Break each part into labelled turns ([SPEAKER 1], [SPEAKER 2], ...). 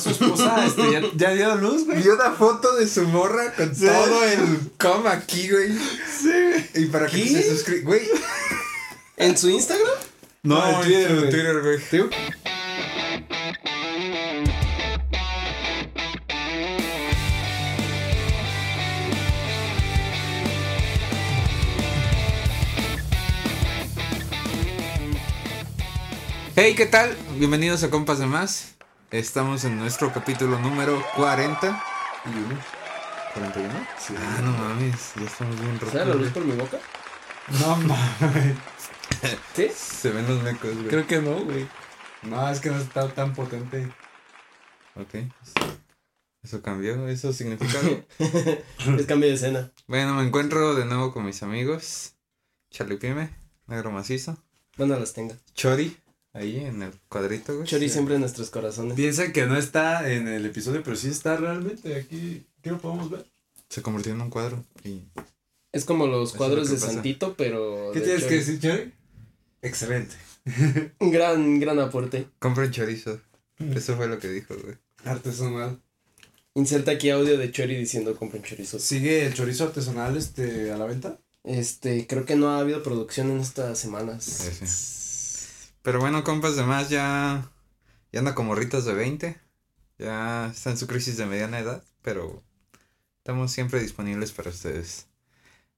[SPEAKER 1] su esposa este, ya, ya dio luz, güey.
[SPEAKER 2] Vio una foto de su morra con
[SPEAKER 1] Sí.
[SPEAKER 2] todo el com aquí, güey.
[SPEAKER 1] Sí.
[SPEAKER 2] Y para que
[SPEAKER 1] ¿Qué?
[SPEAKER 2] se suscriban, güey.
[SPEAKER 3] ¿En su Instagram?
[SPEAKER 1] No,
[SPEAKER 2] en
[SPEAKER 1] el Twitter,
[SPEAKER 2] su
[SPEAKER 1] güey.
[SPEAKER 2] Twitter, güey. Hey, ¿qué tal? Bienvenidos a Compas de Más. Estamos en nuestro capítulo número 40.
[SPEAKER 1] Y uno. ¿41? Sí.
[SPEAKER 2] Ah, no mames, ya estamos bien
[SPEAKER 3] ¿Se da la luz
[SPEAKER 2] rotos.
[SPEAKER 3] por mi boca?
[SPEAKER 1] No mames.
[SPEAKER 3] ¿Sí?
[SPEAKER 2] Se ven los mecos, güey.
[SPEAKER 3] Creo que no, güey.
[SPEAKER 1] No, es que no está tan potente.
[SPEAKER 2] Ok. Eso cambió, eso significa algo.
[SPEAKER 3] Es cambio de escena.
[SPEAKER 2] bueno, me encuentro de nuevo con mis amigos. Charlie Pime, Negro Macizo.
[SPEAKER 3] Bueno, las tenga.
[SPEAKER 2] Chori, ahí en el cuadrito, güey.
[SPEAKER 3] Chori
[SPEAKER 2] Sí.
[SPEAKER 3] siempre en nuestros corazones.
[SPEAKER 1] Piensa que no está en el episodio, pero sí está realmente aquí. ¿Qué lo podemos ver?
[SPEAKER 2] Se convirtió en un cuadro. Y...
[SPEAKER 3] Es como los
[SPEAKER 2] Eso
[SPEAKER 3] cuadros
[SPEAKER 2] es lo
[SPEAKER 3] de
[SPEAKER 2] que pasa.
[SPEAKER 3] Santito, pero.
[SPEAKER 1] ¿Qué
[SPEAKER 3] de
[SPEAKER 1] tienes
[SPEAKER 3] Chori.
[SPEAKER 1] que decir, Chori? Excelente.
[SPEAKER 3] Un gran, gran aporte.
[SPEAKER 2] Compren chorizo.
[SPEAKER 1] Mm.
[SPEAKER 2] Eso fue lo que dijo, güey.
[SPEAKER 1] Artesanal.
[SPEAKER 3] Inserta aquí audio de Chori diciendo compren chorizos.
[SPEAKER 1] ¿Sigue el chorizo artesanal este, a la venta?
[SPEAKER 3] Este, creo que no ha habido producción en estas semanas.
[SPEAKER 2] Sí, Pero bueno, compas de más, ya, ya anda como ritas de 20. Ya está en su crisis de mediana edad, pero estamos siempre disponibles para ustedes.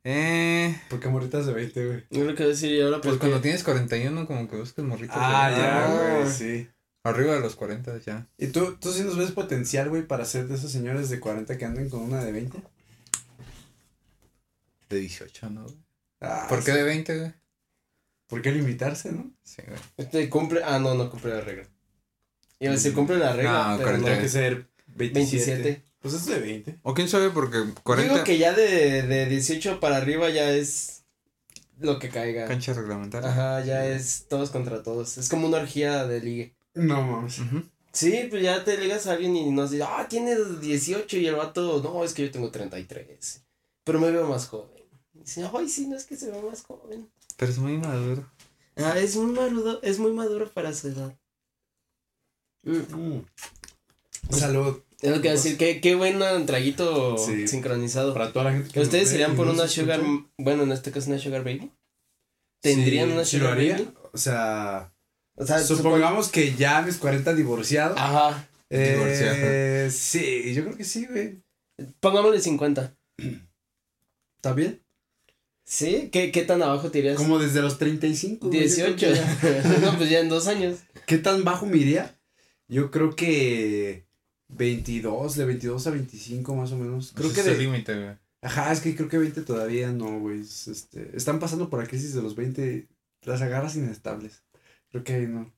[SPEAKER 2] Eh,
[SPEAKER 1] Porque morritas de 20, güey.
[SPEAKER 3] Yo lo que voy a decir y ahora,
[SPEAKER 2] pues
[SPEAKER 3] porque-
[SPEAKER 2] cuando tienes 41, como que buscas morritas. de
[SPEAKER 1] Ah,
[SPEAKER 2] 20.
[SPEAKER 1] ya,
[SPEAKER 3] Ah.
[SPEAKER 1] güey, sí.
[SPEAKER 2] Arriba de los 40, ya.
[SPEAKER 1] ¿Y tú, tú sí nos ves potencial, güey, para ser de esos señores de 40 que anden con una de 20?
[SPEAKER 2] De 18, ¿no? güey?
[SPEAKER 1] Ah,
[SPEAKER 2] ¿Por qué
[SPEAKER 1] sí.
[SPEAKER 2] de 20, güey?
[SPEAKER 1] ¿Por qué limitarse, no?
[SPEAKER 2] Sí, güey.
[SPEAKER 3] Este cumple. Ah, no, no cumple la regla. Y si cumple la regla,
[SPEAKER 2] No,
[SPEAKER 3] pero no.
[SPEAKER 2] 40.
[SPEAKER 1] Tiene que ser 27.
[SPEAKER 3] 27.
[SPEAKER 1] Pues es de 20.
[SPEAKER 2] O quién sabe, porque 40.
[SPEAKER 3] Digo que ya de, de 18 para arriba ya es lo que caiga.
[SPEAKER 2] Cancha reglamentaria.
[SPEAKER 3] Ajá, ya es todos contra todos. Es como una orgía de ligue.
[SPEAKER 1] No mames.
[SPEAKER 2] Ujú.
[SPEAKER 3] Sí, pues ya te ligas a alguien y nos dice, ah, tienes 18 y el vato, no, es que yo tengo 33. Pero me veo más joven. Y Dice, ay, sí, no es que se ve más joven.
[SPEAKER 2] Pero es muy maduro.
[SPEAKER 3] Ah, es muy maduro, es muy maduro para su edad. Mm,
[SPEAKER 1] Salud.
[SPEAKER 3] Es lo que iba a decir, qué, qué buen traguito
[SPEAKER 1] Sí.
[SPEAKER 3] sincronizado.
[SPEAKER 1] Para toda la gente que nos
[SPEAKER 3] ¿Ustedes
[SPEAKER 1] ve
[SPEAKER 3] irían
[SPEAKER 1] y
[SPEAKER 3] por
[SPEAKER 1] nos
[SPEAKER 3] una
[SPEAKER 1] escucha.
[SPEAKER 3] sugar, bueno, en este caso una sugar baby? ¿Tendrían
[SPEAKER 1] Sí,
[SPEAKER 3] una
[SPEAKER 1] sí lo
[SPEAKER 3] sugar
[SPEAKER 1] haría.
[SPEAKER 3] baby?
[SPEAKER 1] O sea,
[SPEAKER 3] O sea,
[SPEAKER 1] supongamos que ya a mis 40 divorciado.
[SPEAKER 3] supon- Ajá,
[SPEAKER 1] eh,
[SPEAKER 2] Divorciado.
[SPEAKER 1] sí, yo creo que sí, güey.
[SPEAKER 3] pongámosle 50.
[SPEAKER 1] ¿Está bien?
[SPEAKER 3] ¿Sí? ¿Qué, qué tan abajo te irías?
[SPEAKER 1] Como desde los 35. güey, yo creo
[SPEAKER 3] 18.
[SPEAKER 1] que ya.
[SPEAKER 3] no, pues ya en dos años.
[SPEAKER 1] ¿Qué tan bajo me iría? Yo creo que 22, de 22 a 25 más o menos. Creo
[SPEAKER 2] Ese
[SPEAKER 1] que
[SPEAKER 2] es el
[SPEAKER 1] de,
[SPEAKER 2] límite, güey.
[SPEAKER 1] Ajá, es que creo que 20 todavía no, güey. es, este, están pasando por la crisis de los 20. Las agarras inestables. Creo que ahí no.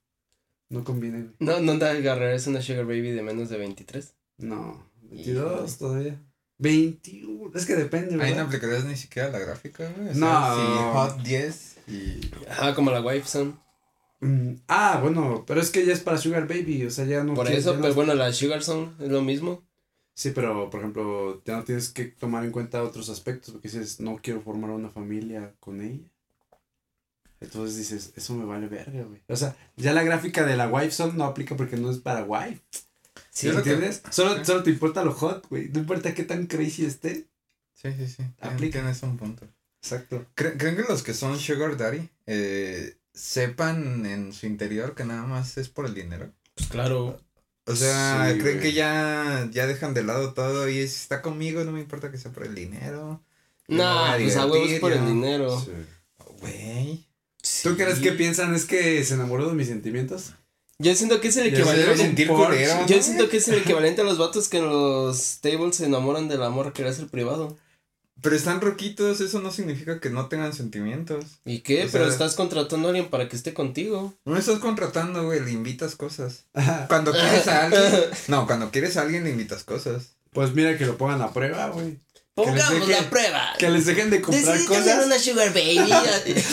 [SPEAKER 1] No conviene, güey.
[SPEAKER 3] No, no te agarrarías una sugar baby de menos de 23.
[SPEAKER 1] No. 22
[SPEAKER 3] Híjole.
[SPEAKER 1] todavía. 21. Es que depende,
[SPEAKER 2] Ahí no
[SPEAKER 1] ¿verdad?
[SPEAKER 2] aplicarías ni siquiera la gráfica, güey. O sea,
[SPEAKER 1] No.
[SPEAKER 2] sí, Hot 10 y.
[SPEAKER 3] Ajá, como la wife son.
[SPEAKER 1] Mm, ah, bueno, pero es que ya es para Sugar Baby. O sea, ya no.
[SPEAKER 3] Por
[SPEAKER 1] quieres-
[SPEAKER 3] eso,
[SPEAKER 1] ya no-
[SPEAKER 3] pues bueno, la sugar son es lo mismo.
[SPEAKER 1] Sí, pero por ejemplo, ya no tienes que tomar en cuenta otros aspectos. Porque dices, no quiero formar una familia con ella. Entonces dices, eso me vale verga, güey. O sea, ya la gráfica de la wife son no aplica porque no es para wife.
[SPEAKER 3] Sí,
[SPEAKER 2] Yo creo que-
[SPEAKER 1] ¿Entiendes? Solo,
[SPEAKER 2] Sí.
[SPEAKER 1] solo te importa lo hot, güey. No importa qué tan crazy esté.
[SPEAKER 2] Sí, sí, sí.
[SPEAKER 1] Aplica.
[SPEAKER 2] Aplican eso un punto.
[SPEAKER 1] Exacto.
[SPEAKER 2] ¿Creen, creen que los que son Sugar Daddy eh, sepan en su interior que nada más es por el dinero?
[SPEAKER 3] pues claro.
[SPEAKER 2] O sea,
[SPEAKER 1] Sí,
[SPEAKER 2] ¿creen
[SPEAKER 1] güey.
[SPEAKER 2] que ya, ya dejan de lado todo y es, está conmigo? No me importa que sea por el dinero. Yo me voy
[SPEAKER 3] No,
[SPEAKER 2] a
[SPEAKER 3] pues a huevos
[SPEAKER 2] divertir,
[SPEAKER 3] por el
[SPEAKER 2] yo-
[SPEAKER 3] dinero.
[SPEAKER 2] Güey.
[SPEAKER 1] ¿Tú crees que
[SPEAKER 3] piensas?
[SPEAKER 1] piensan es que se enamoró de mis sentimientos?
[SPEAKER 3] Yo siento que es el
[SPEAKER 2] se
[SPEAKER 1] Yo
[SPEAKER 2] debe
[SPEAKER 3] equivalente.
[SPEAKER 2] sentir
[SPEAKER 1] Porsche.
[SPEAKER 2] culero. ¿no?
[SPEAKER 3] Yo siento que es el equivalente a los vatos que en los tables se enamoran del amor que le hace el privado.
[SPEAKER 2] Pero están roquitos, eso no significa que no tengan sentimientos.
[SPEAKER 3] ¿Y qué?
[SPEAKER 2] O
[SPEAKER 3] Pero
[SPEAKER 2] sea-
[SPEAKER 3] estás contratando a alguien para que esté contigo.
[SPEAKER 2] No estás contratando, güey, le invitas cosas. Cuando quieres a alguien. No, cuando quieres a alguien le invitas cosas.
[SPEAKER 1] Pues mira que lo pongan a prueba, güey. les
[SPEAKER 3] Pongamos
[SPEAKER 1] deje-
[SPEAKER 3] la prueba.
[SPEAKER 1] Que les dejen de comprar
[SPEAKER 3] Decidí
[SPEAKER 1] cosas.
[SPEAKER 3] hacer una sugar baby.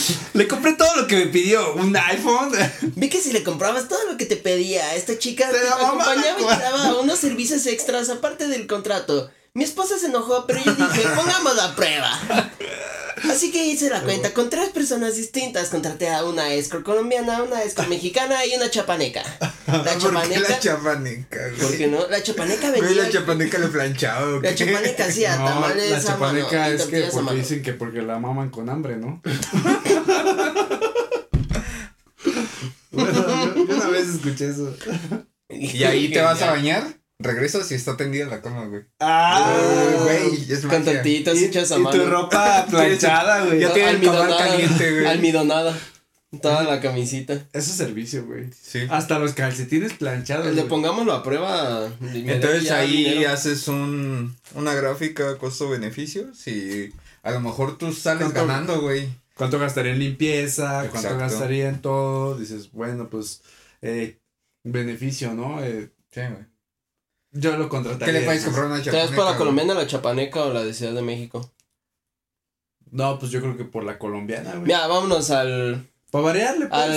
[SPEAKER 1] Le compré todo lo que me pidió. Un iPhone.
[SPEAKER 3] Vi que si le comprabas todo lo que te pedía, esta chica
[SPEAKER 1] Te
[SPEAKER 3] te,
[SPEAKER 1] la mamaba,
[SPEAKER 3] acompañaba y
[SPEAKER 1] güey.
[SPEAKER 3] te daba unos servicios extras aparte del contrato. Mi esposa se enojó, pero yo dije, pongamos la prueba. Así que hice la cuenta con tres personas distintas. Contraté a una escort colombiana, una escort mexicana y una chapaneca. La
[SPEAKER 2] Ah, ¿Por qué
[SPEAKER 3] chapaneca.
[SPEAKER 2] la chapaneca, güey?
[SPEAKER 3] ¿Por qué no? La chapaneca
[SPEAKER 2] Güey,
[SPEAKER 3] venía.
[SPEAKER 2] la chapaneca le planchaba, ¿o
[SPEAKER 3] La
[SPEAKER 2] qué?
[SPEAKER 3] chapaneca hacía
[SPEAKER 1] No,
[SPEAKER 3] tamales
[SPEAKER 1] la
[SPEAKER 3] a
[SPEAKER 1] chapaneca
[SPEAKER 3] mano y
[SPEAKER 1] es que
[SPEAKER 3] tortillas a
[SPEAKER 1] porque
[SPEAKER 3] mano.
[SPEAKER 1] dicen que porque la maman con hambre, ¿no?
[SPEAKER 2] Bueno, yo, yo una vez escuché eso. Y ahí te vas a bañar, regresas y está tendida la cama, güey.
[SPEAKER 3] Ah,
[SPEAKER 2] Güey, es
[SPEAKER 3] Con
[SPEAKER 2] magia.
[SPEAKER 3] tortillitas hechas a
[SPEAKER 1] y tu
[SPEAKER 3] mano.
[SPEAKER 1] ropa planchada, güey.
[SPEAKER 2] Ya
[SPEAKER 3] No,
[SPEAKER 2] tiene el cabal
[SPEAKER 3] almidonada,
[SPEAKER 2] caliente, güey.
[SPEAKER 3] Almidonada. Toda la camisita.
[SPEAKER 1] Eso es servicio, güey.
[SPEAKER 2] Sí.
[SPEAKER 1] Hasta los calcetines planchados.
[SPEAKER 3] Le
[SPEAKER 1] Ah, güey.
[SPEAKER 3] pongámoslo a prueba. me da
[SPEAKER 2] Entonces
[SPEAKER 3] ya
[SPEAKER 2] ahí
[SPEAKER 3] dinero.
[SPEAKER 2] haces un, una gráfica costo-beneficio. Si a lo mejor tú sales
[SPEAKER 1] ¿Cuánto?
[SPEAKER 2] ganando, güey.
[SPEAKER 1] ¿Cuánto gastaría en limpieza? ¿Cuánto
[SPEAKER 2] Exacto.
[SPEAKER 1] gastaría en todo? Dices, bueno, pues eh, beneficio, ¿no? Eh,
[SPEAKER 2] Sí, güey.
[SPEAKER 1] yo lo contrataría.
[SPEAKER 2] ¿Qué le puedes comprar a una
[SPEAKER 3] ¿Te vas
[SPEAKER 2] chapaneca?
[SPEAKER 3] por la
[SPEAKER 2] güey?
[SPEAKER 3] colombiana, la chapaneca o la de Ciudad de México?
[SPEAKER 1] No, pues yo creo que por la colombiana, güey.
[SPEAKER 3] Mira, vámonos al.
[SPEAKER 1] Para variarle, pues.
[SPEAKER 3] al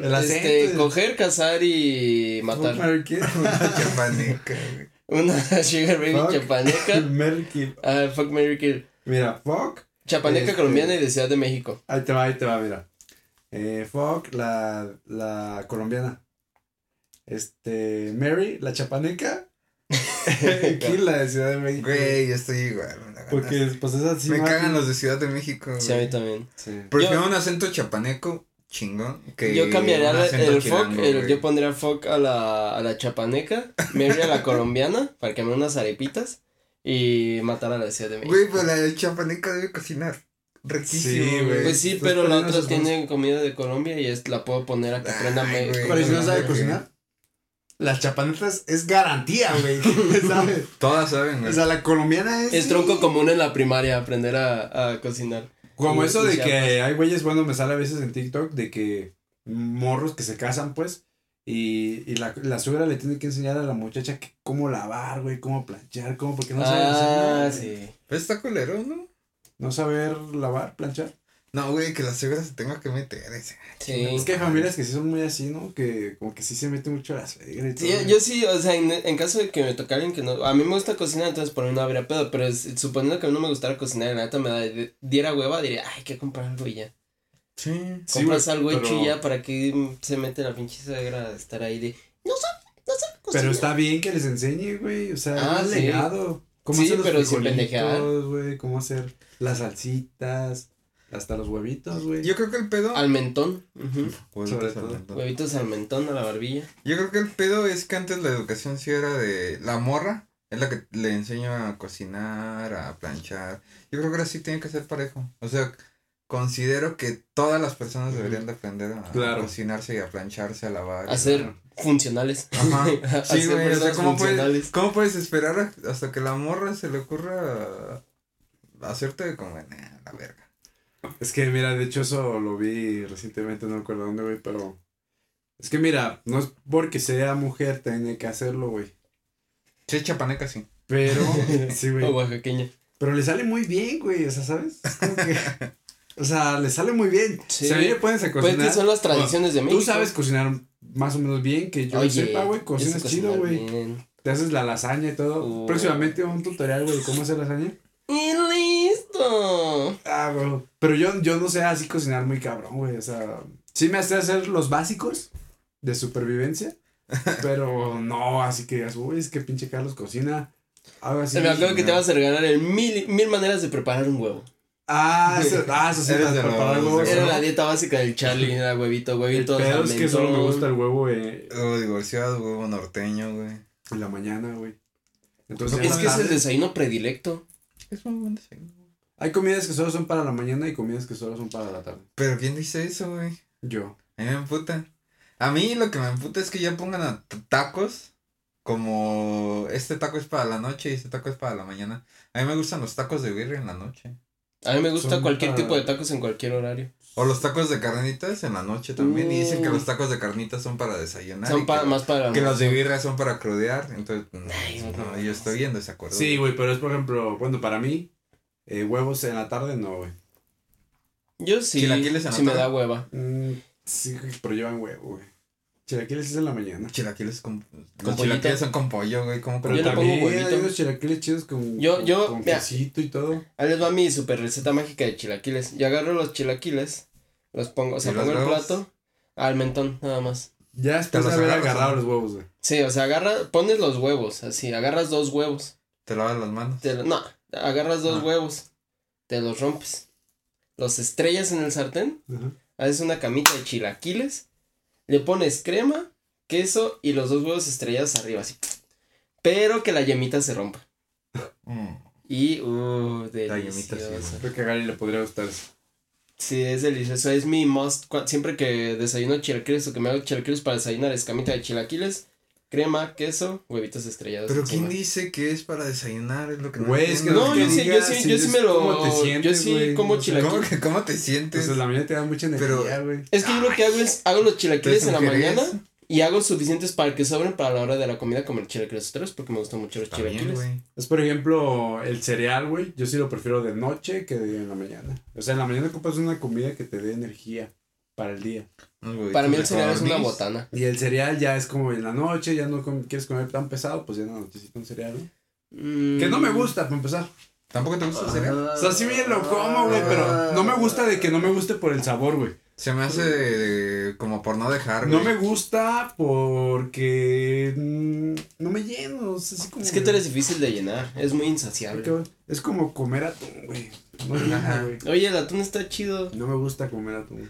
[SPEAKER 1] ¿no? El
[SPEAKER 3] este,
[SPEAKER 1] acento.
[SPEAKER 3] coger, cazar y matar.
[SPEAKER 1] Fuck Mary Kill.
[SPEAKER 2] Una chapaneca, güey.
[SPEAKER 3] Una Sugar Baby
[SPEAKER 1] Fuck.
[SPEAKER 3] chapaneca.
[SPEAKER 1] Mary Kill.
[SPEAKER 3] Ah, fuck Mary Kill.
[SPEAKER 1] Mira, fuck.
[SPEAKER 3] Chapaneca
[SPEAKER 1] Este.
[SPEAKER 3] colombiana y de Ciudad de México.
[SPEAKER 1] Ahí te va, ahí te va, mira. Eh, fuck, la, la colombiana. Este, Mary, la chapaneca. Kill, la de Ciudad de México.
[SPEAKER 2] Güey, yo estoy igual. me la ganaste.
[SPEAKER 1] Porque, pues es así.
[SPEAKER 2] me
[SPEAKER 1] más-
[SPEAKER 2] cagan los de Ciudad de México.
[SPEAKER 3] Sí, a
[SPEAKER 2] güey.
[SPEAKER 3] mí también.
[SPEAKER 1] Sí.
[SPEAKER 2] Prefiero
[SPEAKER 3] Yo-
[SPEAKER 2] un acento chapaneco chingón que
[SPEAKER 3] Yo cambiaría
[SPEAKER 2] un
[SPEAKER 3] la-
[SPEAKER 2] acento
[SPEAKER 3] el fuck,
[SPEAKER 2] chilango,
[SPEAKER 3] el-
[SPEAKER 2] güey.
[SPEAKER 3] yo pondría fuck a la, a la chapaneca, Mary a la colombiana, para que me dé unas arepitas y matar a la Ciudad de México.
[SPEAKER 2] Güey, pues la chapaneca debe cocinar riquísimo,
[SPEAKER 1] Sí,
[SPEAKER 2] güey.
[SPEAKER 1] güey.
[SPEAKER 3] Pues sí,
[SPEAKER 1] Pues
[SPEAKER 3] pero la
[SPEAKER 1] ponen
[SPEAKER 3] otra
[SPEAKER 1] esos
[SPEAKER 3] tiene comida de Colombia y es, la puedo poner a que
[SPEAKER 2] Ay,
[SPEAKER 3] aprenda me-
[SPEAKER 2] güey.
[SPEAKER 1] Pero si no sabe
[SPEAKER 2] Ok.
[SPEAKER 1] cocinar, las chapanetas es garantía, güey. ¿Sabes?
[SPEAKER 2] Todas saben,
[SPEAKER 1] O
[SPEAKER 2] güey.
[SPEAKER 1] sea, la colombiana es.
[SPEAKER 3] Es tronco común en la primaria aprender a, a cocinar.
[SPEAKER 1] Como
[SPEAKER 3] Y-
[SPEAKER 1] eso
[SPEAKER 3] y
[SPEAKER 1] de
[SPEAKER 3] ya,
[SPEAKER 1] que
[SPEAKER 3] pues.
[SPEAKER 1] hay güeyes, bueno, me sale a veces en TikTok de que morros que se casan, pues. Y, y la, la suegra le tiene que enseñar a la muchacha que- cómo lavar, güey, cómo planchar, cómo, porque no sabe hacer
[SPEAKER 3] ah,
[SPEAKER 1] nada, güey.
[SPEAKER 3] sí.
[SPEAKER 2] Pues está culero, ¿no?
[SPEAKER 1] No saber lavar, planchar.
[SPEAKER 2] No, güey, que la suegra se tenga que meter. ese.
[SPEAKER 3] Sí.
[SPEAKER 1] Es que hay familias que sí son muy así, ¿no? Que como que sí se mete mucho la suegra y todo.
[SPEAKER 3] Sí, yo, yo sí, o sea, en, en caso de que me tocara alguien que no. A mí me gusta cocinar, entonces por mí no habría pedo. Pero es- suponiendo que a mí no me gustara cocinar, y la neta me da- diera hueva, diría, ay, hay que comprar algo y ya.
[SPEAKER 2] Sí.
[SPEAKER 1] Sí,
[SPEAKER 3] Compras
[SPEAKER 1] güey,
[SPEAKER 3] algo hecho
[SPEAKER 1] pero-
[SPEAKER 3] y ya para que mm, se mete la pinche suegra a estar ahí de. No sabe, no sabe cocinar.
[SPEAKER 1] Pero está bien que les enseñe, güey. O sea,
[SPEAKER 3] pues, Ah,
[SPEAKER 1] es un
[SPEAKER 3] sí.
[SPEAKER 1] legado. Cómo
[SPEAKER 3] Sí,
[SPEAKER 1] hacer los
[SPEAKER 3] pero sin pendejear.
[SPEAKER 1] frijolitos, güey. Cómo hacer las salsitas, hasta los huevitos, güey.
[SPEAKER 2] Yo creo que el pedo.
[SPEAKER 3] Al mentón. ujú,
[SPEAKER 1] Sobre todo.
[SPEAKER 3] Huevitos al mentón, a la barbilla.
[SPEAKER 2] Yo creo que el pedo es que antes la educación sí era de la morra. Es la que le enseña a cocinar, a planchar. Yo creo que ahora sí tiene que ser parejo. O sea, considero que todas las personas
[SPEAKER 1] Ujú.
[SPEAKER 2] deberían de aprender a
[SPEAKER 1] Claro.
[SPEAKER 2] cocinarse y a plancharse, a lavar.
[SPEAKER 3] A ser funcionales.
[SPEAKER 2] Ajá. Sí,
[SPEAKER 3] Hacer
[SPEAKER 2] güey, o sea,
[SPEAKER 3] personas
[SPEAKER 2] ¿cómo puedes,
[SPEAKER 3] funcionales.
[SPEAKER 2] ¿cómo puedes esperar a- hasta que la morra se le ocurra hacerte de comer? Nah, la verga.
[SPEAKER 1] Es que, mira, de hecho, eso lo vi recientemente, no recuerdo dónde, güey, pero. Es que, mira, no es porque sea mujer, tiene que hacerlo, güey.
[SPEAKER 2] Sí, chapaneca, sí.
[SPEAKER 1] Pero, sí,
[SPEAKER 3] O
[SPEAKER 1] güey.
[SPEAKER 3] oaxaqueña.
[SPEAKER 1] Pero le sale muy bien, güey, o sea, ¿sabes? Es como que. O sea, le sale muy bien.
[SPEAKER 3] Sí.
[SPEAKER 1] Si a mí me pones a
[SPEAKER 3] Pues
[SPEAKER 1] cocinar.
[SPEAKER 3] que son las tradiciones de México.
[SPEAKER 1] Tú sabes cocinar más o menos bien, que yo
[SPEAKER 3] Oye,
[SPEAKER 1] sepa,
[SPEAKER 3] yo
[SPEAKER 1] güey,
[SPEAKER 3] sé
[SPEAKER 1] cocinas chido,
[SPEAKER 3] cocinar
[SPEAKER 1] güey.
[SPEAKER 3] bien.
[SPEAKER 1] Te haces la lasaña y todo.
[SPEAKER 3] Uh.
[SPEAKER 1] Próximamente un tutorial, güey, de cómo hacer lasaña.
[SPEAKER 3] Y listo.
[SPEAKER 1] Ah, güey. Pero yo, yo no sé así cocinar muy cabrón, güey. O sea, sí me hace hacer los básicos de supervivencia. pero no, así que digas, uy, es que pinche Carlos cocina. Algo así.
[SPEAKER 3] Se me acuerdo que te
[SPEAKER 1] No.
[SPEAKER 3] vas a regalar el mil, mil maneras de preparar un huevo.
[SPEAKER 1] Ah, eso, ah, eso sí,
[SPEAKER 2] Eres
[SPEAKER 1] las
[SPEAKER 2] de los-
[SPEAKER 1] preparar
[SPEAKER 2] de
[SPEAKER 1] huevos.
[SPEAKER 2] los-
[SPEAKER 3] Era
[SPEAKER 1] Pues ¿no?
[SPEAKER 3] la dieta básica del Charlie, era huevito,
[SPEAKER 1] El
[SPEAKER 3] huevito.
[SPEAKER 1] pedo es que
[SPEAKER 3] salmentón.
[SPEAKER 1] solo me gusta el huevo eh,
[SPEAKER 2] Luego divorciado, huevo norteño, güey.
[SPEAKER 1] en la mañana, güey. Entonces,
[SPEAKER 3] Es
[SPEAKER 1] ya
[SPEAKER 3] que es el
[SPEAKER 1] tarde.
[SPEAKER 3] desayuno predilecto.
[SPEAKER 2] Es muy buen desayuno.
[SPEAKER 1] hay comidas que solo son para la mañana y comidas que solo son para la tarde.
[SPEAKER 2] Pero ¿quién dice eso, güey?
[SPEAKER 1] Yo.
[SPEAKER 2] A mí me emputa. A mí lo que me emputa es que ya pongan a t- tacos como este taco es para la noche y este taco es para la mañana. A mí me gustan los tacos de birria en la noche.
[SPEAKER 3] A mí me gusta
[SPEAKER 1] Son
[SPEAKER 3] cualquier
[SPEAKER 1] para-
[SPEAKER 3] tipo de tacos en cualquier horario.
[SPEAKER 2] O los tacos de carnitas en la noche también. Y dicen que
[SPEAKER 3] Uh.
[SPEAKER 2] los tacos de carnitas son para desayunar. y
[SPEAKER 3] Son pa-
[SPEAKER 2] que,
[SPEAKER 3] más para.
[SPEAKER 2] que los de birria son para crudear. Entonces, no, pues,
[SPEAKER 3] Ay,
[SPEAKER 2] no,
[SPEAKER 3] no.
[SPEAKER 2] yo estoy en desacuerdo.
[SPEAKER 1] Sí, güey, pero es por ejemplo, bueno, para mí, eh, huevos en la tarde no, güey.
[SPEAKER 3] Yo sí.
[SPEAKER 2] Chilaquiles en la
[SPEAKER 3] Sí me
[SPEAKER 2] tarde.
[SPEAKER 3] da hueva.
[SPEAKER 1] Mm, sí, güey, pero llevan huevo, güey. Chilaquiles es en la mañana.
[SPEAKER 2] Chilaquiles con. los
[SPEAKER 3] pollito.
[SPEAKER 2] chilaquiles son con pollo, güey. ¿Cómo
[SPEAKER 1] Pero
[SPEAKER 3] Yo le
[SPEAKER 2] con-
[SPEAKER 3] pongo
[SPEAKER 1] también hay
[SPEAKER 3] huevito.
[SPEAKER 1] unos chilaquiles chidos con,
[SPEAKER 3] Yo-
[SPEAKER 1] con-
[SPEAKER 3] yo-
[SPEAKER 1] con
[SPEAKER 3] mira.
[SPEAKER 1] quesito y todo.
[SPEAKER 3] Ahí les va mi super receta mágica de chilaquiles. Yo agarro los chilaquiles, los pongo, o sea,
[SPEAKER 2] ¿Y los
[SPEAKER 3] pongo el
[SPEAKER 2] huevos?
[SPEAKER 3] plato al mentón, nada más.
[SPEAKER 1] Ya después
[SPEAKER 2] Te
[SPEAKER 1] de
[SPEAKER 2] los
[SPEAKER 1] haber
[SPEAKER 2] agarras,
[SPEAKER 1] agarrado
[SPEAKER 2] ¿no?
[SPEAKER 1] los huevos, güey.
[SPEAKER 3] Sí, o sea, agarra, pones los huevos, así, agarras dos huevos.
[SPEAKER 2] Te lavas las manos.
[SPEAKER 3] Te, lo- no, agarras dos
[SPEAKER 2] Ah.
[SPEAKER 3] huevos, te los rompes. Los estrellas en el sartén,
[SPEAKER 1] Ajá.
[SPEAKER 3] haces una camita de chilaquiles, le pones crema, queso y los dos huevos estrellados arriba, así. Pero que la yemita se rompa.
[SPEAKER 2] Mm.
[SPEAKER 3] Y, uh,
[SPEAKER 2] La yemita sí,
[SPEAKER 3] delicioso.
[SPEAKER 1] Creo que a Gary le podría gustar eso.
[SPEAKER 3] Sí, es delicioso, es mi must. Cua- Siempre que desayuno chilaquiles o que me hago chilaquiles para desayunar es camita de chilaquiles, crema, queso, huevitos estrellados.
[SPEAKER 2] Pero
[SPEAKER 3] encima.
[SPEAKER 2] ¿quién dice que es para desayunar? Es lo que
[SPEAKER 1] Güey, es que
[SPEAKER 2] entiendo.
[SPEAKER 3] No, yo sí, yo
[SPEAKER 1] digas,
[SPEAKER 3] sí,
[SPEAKER 1] si
[SPEAKER 3] yo sí
[SPEAKER 1] es
[SPEAKER 3] me lo.
[SPEAKER 1] cómo te
[SPEAKER 3] yo
[SPEAKER 1] sientes,
[SPEAKER 3] sí
[SPEAKER 1] güey,
[SPEAKER 3] como
[SPEAKER 1] no sé.
[SPEAKER 3] chilaquiles.
[SPEAKER 2] ¿Cómo, que- cómo te sientes?
[SPEAKER 1] Entonces en la mañana te da mucha energía,
[SPEAKER 2] Pero-
[SPEAKER 1] güey.
[SPEAKER 3] Es que yo lo que hago es, hago los chilaquiles en la
[SPEAKER 2] ¿Tres
[SPEAKER 3] mañana
[SPEAKER 2] mujeres?
[SPEAKER 3] y hago suficientes para que sobren para la hora de la comida comer chilaquiles otros porque me gustan mucho los
[SPEAKER 2] Está bien,
[SPEAKER 3] chilaquiles.
[SPEAKER 2] güey.
[SPEAKER 1] Es por ejemplo el cereal, güey. Yo sí lo prefiero de noche que de en la mañana. O sea, en la mañana ocupas una comida que te dé energía para el día.
[SPEAKER 2] Unos huevitos
[SPEAKER 3] Para mí el
[SPEAKER 2] de
[SPEAKER 3] cereal es una
[SPEAKER 2] codorniz.
[SPEAKER 3] botana.
[SPEAKER 1] Y el cereal ya es como en la noche, ya no com- quieres comer tan pesado, pues ya no necesitas un cereal, ¿no? Que no me
[SPEAKER 3] Mm.
[SPEAKER 1] gusta, para empezar.
[SPEAKER 2] ¿Tampoco te gusta el cereal?
[SPEAKER 1] O sea, sí bien lo como, güey, pero no me gusta de que no me guste por el sabor, güey.
[SPEAKER 2] Se me hace eh, como por no dejar.
[SPEAKER 1] No
[SPEAKER 2] güey.
[SPEAKER 1] me gusta porque mm, no me lleno, o sea, así como...
[SPEAKER 3] Es que tú eres difícil de llenar, es muy insaciable.
[SPEAKER 1] Es como comer atún, güey. No, llena,
[SPEAKER 2] Ajá.
[SPEAKER 1] güey.
[SPEAKER 3] Oye, el atún está chido.
[SPEAKER 1] no me gusta comer atún.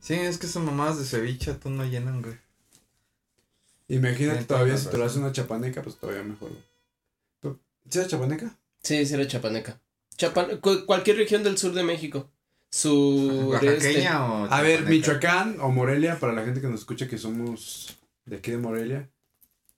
[SPEAKER 2] Sí, es que esas mamadas de ceviche tú no llenan, güey.
[SPEAKER 1] Imagínate
[SPEAKER 2] Sí,
[SPEAKER 1] todavía
[SPEAKER 2] tienes
[SPEAKER 1] si te lo haces
[SPEAKER 2] razón.
[SPEAKER 1] una chapaneca, pues todavía mejor. güey. ¿Tú- ¿Sí era chapaneca?
[SPEAKER 3] Sí, sí era chapaneca. Chapan cu- cualquier región del sur de México. Su
[SPEAKER 2] ¿Oaxaqueña o.?
[SPEAKER 1] A ver,
[SPEAKER 2] chapaneca?
[SPEAKER 1] Michoacán o Morelia, para la gente que nos escucha que somos de aquí de Morelia.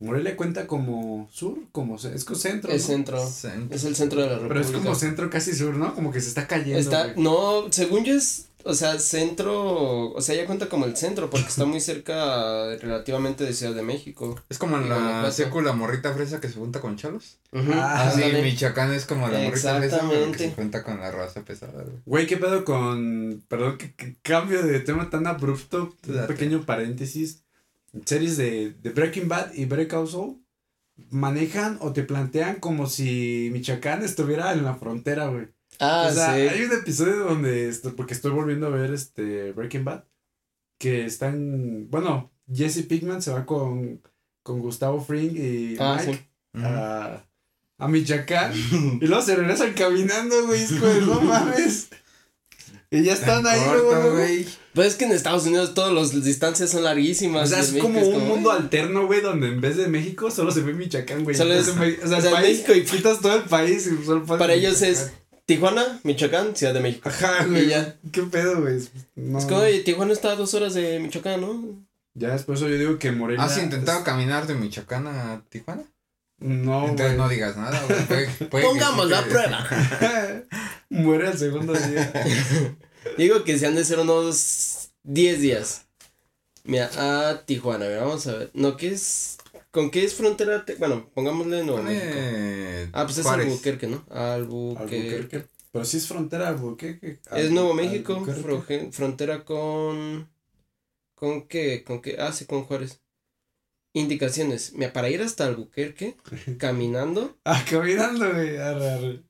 [SPEAKER 1] Morelia cuenta como sur, como ce- es como centro.
[SPEAKER 3] este, es
[SPEAKER 1] ¿no?
[SPEAKER 3] centro.
[SPEAKER 2] Centro.
[SPEAKER 3] Es el centro de la República.
[SPEAKER 1] Pero es como centro casi sur, ¿no? Como que se está cayendo.
[SPEAKER 3] Está,
[SPEAKER 1] güey.
[SPEAKER 3] no, según yo es, o sea, centro, o sea, ya cuenta como el centro, porque está muy cerca relativamente de Ciudad de México.
[SPEAKER 2] Es como la
[SPEAKER 3] Guanajuato.
[SPEAKER 2] sécula morrita fresa que se junta con chalos.
[SPEAKER 1] Ah,
[SPEAKER 2] Ah, sí,
[SPEAKER 3] ándale.
[SPEAKER 2] Michoacán es como la morrita fresa pero que se
[SPEAKER 3] Exactamente.
[SPEAKER 2] junta con la raza pesada, güey.
[SPEAKER 1] Güey, ¿qué pedo con... Perdón, que que cambio de tema tan abrupto.
[SPEAKER 2] Tú
[SPEAKER 1] Un
[SPEAKER 2] date.
[SPEAKER 1] pequeño paréntesis. Series de, de Breaking Bad y Breakout Soul manejan o te plantean como si Michoacán estuviera en la frontera, güey.
[SPEAKER 3] Ah,
[SPEAKER 1] o sea,
[SPEAKER 3] sí.
[SPEAKER 1] hay un episodio donde, esto- porque estoy volviendo a ver este Breaking Bad, que están, bueno, Jesse Pinkman se va con, con Gustavo Fring y
[SPEAKER 3] Ah,
[SPEAKER 1] Mike
[SPEAKER 3] sí.
[SPEAKER 2] Ujú.
[SPEAKER 1] a, a Michoacán, y luego se regresan caminando, güey, es como, de, no mames, y ya están ahí,
[SPEAKER 2] Corto,
[SPEAKER 1] luego, luego.
[SPEAKER 2] güey.
[SPEAKER 3] Pero Pues es que en Estados Unidos todas las distancias son larguísimas.
[SPEAKER 1] O sea,
[SPEAKER 3] y en
[SPEAKER 1] es
[SPEAKER 3] México
[SPEAKER 1] como un mundo
[SPEAKER 3] "Ay".
[SPEAKER 1] alterno, güey, donde en vez de México solo se ve Michoacán, güey.
[SPEAKER 3] Solo es-
[SPEAKER 1] Entonces, o sea,
[SPEAKER 3] o
[SPEAKER 1] el
[SPEAKER 3] sea,
[SPEAKER 1] país,
[SPEAKER 3] México y-
[SPEAKER 1] quitas todo el país y solo pasa
[SPEAKER 3] Para ellos es
[SPEAKER 1] Michoacán.
[SPEAKER 3] Tijuana, Michoacán, Ciudad de México.
[SPEAKER 1] Ajá,
[SPEAKER 3] y
[SPEAKER 1] güey.
[SPEAKER 3] ya.
[SPEAKER 1] ¿Qué pedo, güey? No.
[SPEAKER 3] Es como, oye, Tijuana está a dos horas de Michoacán, ¿no?
[SPEAKER 1] Ya después yo digo que
[SPEAKER 3] Ah,
[SPEAKER 1] Morelia.
[SPEAKER 2] ¿Has intentado
[SPEAKER 1] es-
[SPEAKER 2] caminar de Michoacán a Tijuana?
[SPEAKER 1] No,
[SPEAKER 2] Entonces no digas nada, güey. Puede- puede que
[SPEAKER 3] Pongamos
[SPEAKER 2] sí
[SPEAKER 3] la
[SPEAKER 2] te-
[SPEAKER 3] prueba.
[SPEAKER 1] güey. Muere el segundo día.
[SPEAKER 3] Digo que se han de ser unos 10 días. Mira, a Tijuana, mira, vamos a ver. No, ¿qué es? ¿Con qué es frontera? te- Bueno, pongámosle Nuevo México.
[SPEAKER 2] Pone
[SPEAKER 3] Ah, pues es
[SPEAKER 2] Juárez.
[SPEAKER 3] Albuquerque, ¿no? Albuquerque.
[SPEAKER 1] Albuquerque. Pero sí es frontera Albuquerque.
[SPEAKER 3] Es
[SPEAKER 1] Albu-
[SPEAKER 3] Nuevo México,
[SPEAKER 1] Albuquerque.
[SPEAKER 3] froje- frontera con... ¿Con qué? ¿Con qué? Ah, sí, con Juárez. Indicaciones. Mira, para ir hasta Albuquerque, caminando.
[SPEAKER 1] Ah, caminando, güey. Arre, arre.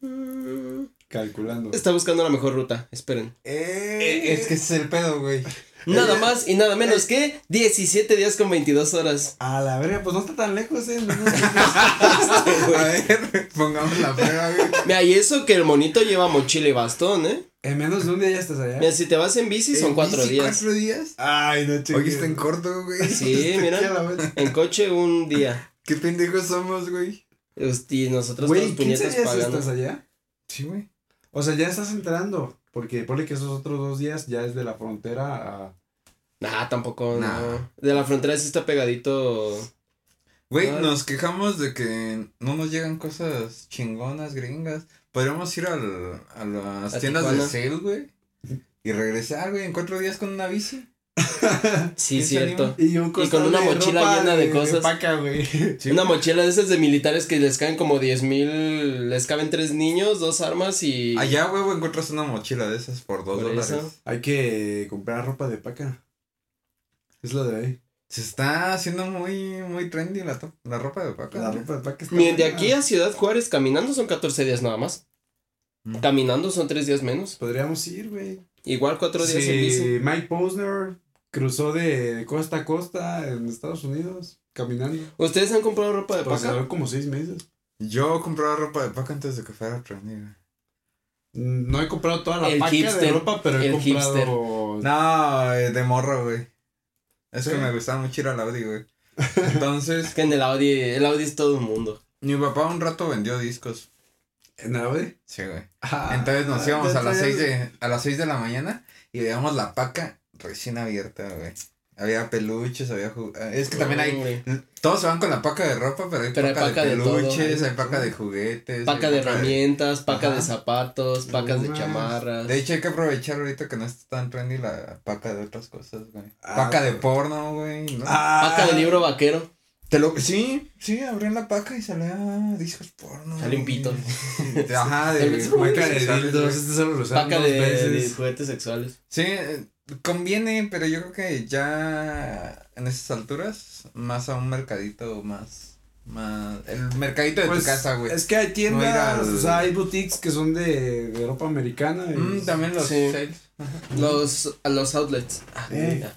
[SPEAKER 3] mm,
[SPEAKER 1] Calculando.
[SPEAKER 3] Está buscando la mejor ruta, esperen.
[SPEAKER 2] Eh, es que ese es el pedo, güey.
[SPEAKER 1] Eh,
[SPEAKER 3] Nada más y nada menos que 17 días con 22 horas.
[SPEAKER 1] A la verga, pues no está tan lejos, eh. No, no,
[SPEAKER 2] A ver, pongamos la prueba, güey.
[SPEAKER 3] Mira, y eso que el monito lleva mochila y bastón, ¿eh?
[SPEAKER 1] En menos de un día ya estás allá.
[SPEAKER 3] Mira, si te vas en bici son
[SPEAKER 2] ¿En
[SPEAKER 3] cuatro
[SPEAKER 2] bici
[SPEAKER 3] días.
[SPEAKER 2] ¿Cuatro días?
[SPEAKER 1] Ay, no chingues.
[SPEAKER 2] Hoy está en corto, güey.
[SPEAKER 3] Sí,
[SPEAKER 1] Aquí a la
[SPEAKER 3] mira.
[SPEAKER 1] vez.
[SPEAKER 3] En coche un día.
[SPEAKER 2] Qué pendejos somos, güey.
[SPEAKER 3] Ust- Y nosotros
[SPEAKER 1] Güey,
[SPEAKER 3] todos
[SPEAKER 1] 15
[SPEAKER 3] puñetas
[SPEAKER 1] días
[SPEAKER 3] pagando.
[SPEAKER 1] estás allá.
[SPEAKER 2] Sí, güey.
[SPEAKER 1] O sea, ya estás entrando. Porque ponle que esos otros dos días ya es de la frontera a.
[SPEAKER 3] Nah, tampoco,
[SPEAKER 2] Nah.
[SPEAKER 3] no. De la frontera sí está pegadito.
[SPEAKER 2] Güey,
[SPEAKER 3] Ah.
[SPEAKER 2] nos quejamos de que no nos llegan cosas chingonas, gringas. Podríamos ir al, a las
[SPEAKER 3] A
[SPEAKER 2] tiendas de
[SPEAKER 3] Tijuana.
[SPEAKER 2] sale, güey. Y regresar, güey, en cuatro días con una bici.
[SPEAKER 3] Sí, cierto.
[SPEAKER 1] Y, un
[SPEAKER 3] con
[SPEAKER 1] costal
[SPEAKER 3] una
[SPEAKER 1] de
[SPEAKER 3] mochila
[SPEAKER 1] ropa
[SPEAKER 3] llena de cosas.
[SPEAKER 1] paca, güey.
[SPEAKER 3] Una mochila de esas de militares que les caen como diez mil, les caben tres niños, dos armas y...
[SPEAKER 2] Allá, huevo, encuentras una mochila de esas por dos
[SPEAKER 3] Por
[SPEAKER 2] dólares.
[SPEAKER 3] eso.
[SPEAKER 1] Hay que comprar ropa de paca. Es la de ahí.
[SPEAKER 2] Se está haciendo muy, muy trendy la, to- la ropa de paca.
[SPEAKER 1] La ropa de paca está
[SPEAKER 3] Miren, de
[SPEAKER 1] buena.
[SPEAKER 3] aquí a Ciudad Juárez caminando son 14 días nada más.
[SPEAKER 2] Mm.
[SPEAKER 3] Caminando son tres días menos.
[SPEAKER 1] Pues Podríamos ir, güey.
[SPEAKER 3] Igual cuatro días en bici.
[SPEAKER 1] Sí, Mike Posner cruzó de costa a costa en Estados Unidos caminando.
[SPEAKER 3] ¿Ustedes han comprado ropa de
[SPEAKER 1] Pues se
[SPEAKER 3] paca?
[SPEAKER 1] tardó como seis meses.
[SPEAKER 2] Yo compraba ropa de paca antes de que fuera trendy. güey.
[SPEAKER 1] Mm, No he comprado toda la
[SPEAKER 3] El
[SPEAKER 1] paca de
[SPEAKER 3] hipster,
[SPEAKER 1] ropa, pero he
[SPEAKER 3] el
[SPEAKER 1] comprado.
[SPEAKER 3] Pues
[SPEAKER 2] No, eh, de morro, güey. Es que
[SPEAKER 1] Sí.
[SPEAKER 2] me gustaba mucho ir al Audi, güey. Entonces,
[SPEAKER 3] Es que en el Audi, el Audi es todo un mundo.
[SPEAKER 2] mi papá un rato vendió discos.
[SPEAKER 1] ¿En Audi?
[SPEAKER 2] Sí, güey.
[SPEAKER 1] Ah,
[SPEAKER 2] Entonces nos íbamos a las
[SPEAKER 1] entonces-
[SPEAKER 2] 6 de, a las seis de la mañana y veíamos la paca recién abierta, güey. Había peluches, había ju- ah, Es que también hay.
[SPEAKER 3] Hombre.
[SPEAKER 2] Todos se van con la paca de ropa, pero hay
[SPEAKER 3] Pero hay
[SPEAKER 2] paca,
[SPEAKER 3] paca
[SPEAKER 2] de
[SPEAKER 3] de todo.
[SPEAKER 2] peluches, hay paca de juguetes.
[SPEAKER 3] Paca
[SPEAKER 2] hay
[SPEAKER 3] de herramientas, paca
[SPEAKER 2] Ajá.
[SPEAKER 3] de zapatos, pacas
[SPEAKER 1] No
[SPEAKER 3] de
[SPEAKER 1] más.
[SPEAKER 3] chamarras.
[SPEAKER 2] De hecho, hay que aprovechar ahorita que no está tan trendy la paca de otras cosas, güey.
[SPEAKER 1] Ah,
[SPEAKER 2] paca de
[SPEAKER 1] güey.
[SPEAKER 2] porno, güey. ¿no?
[SPEAKER 1] Ah,
[SPEAKER 3] Paca de libro vaquero.
[SPEAKER 2] Te lo... Sí, sí, abrían la paca y salía discos porno.
[SPEAKER 3] Sale un
[SPEAKER 2] güey.
[SPEAKER 3] pito.
[SPEAKER 2] De- Ajá,
[SPEAKER 3] Tal
[SPEAKER 2] de
[SPEAKER 3] vez-
[SPEAKER 1] Paca de
[SPEAKER 2] sexuales,
[SPEAKER 1] dildos,
[SPEAKER 2] güey.
[SPEAKER 1] este solo lo usaron
[SPEAKER 3] Paca
[SPEAKER 1] dos
[SPEAKER 3] de, de
[SPEAKER 1] veces.
[SPEAKER 3] juguetes sexuales.
[SPEAKER 2] Sí, eh, conviene, pero yo creo que ya en esas alturas, más a un mercadito más. más el mercadito de
[SPEAKER 1] Pues,
[SPEAKER 2] tu casa, güey.
[SPEAKER 1] Es que hay tiendas,
[SPEAKER 2] No ir al-
[SPEAKER 1] o sea, hay boutiques que son de, de ropa americana. Y,
[SPEAKER 2] Mm, también los
[SPEAKER 3] Sí.
[SPEAKER 2] sales.
[SPEAKER 3] Los, a los outlets. Ah,
[SPEAKER 1] Eh.
[SPEAKER 3] mira.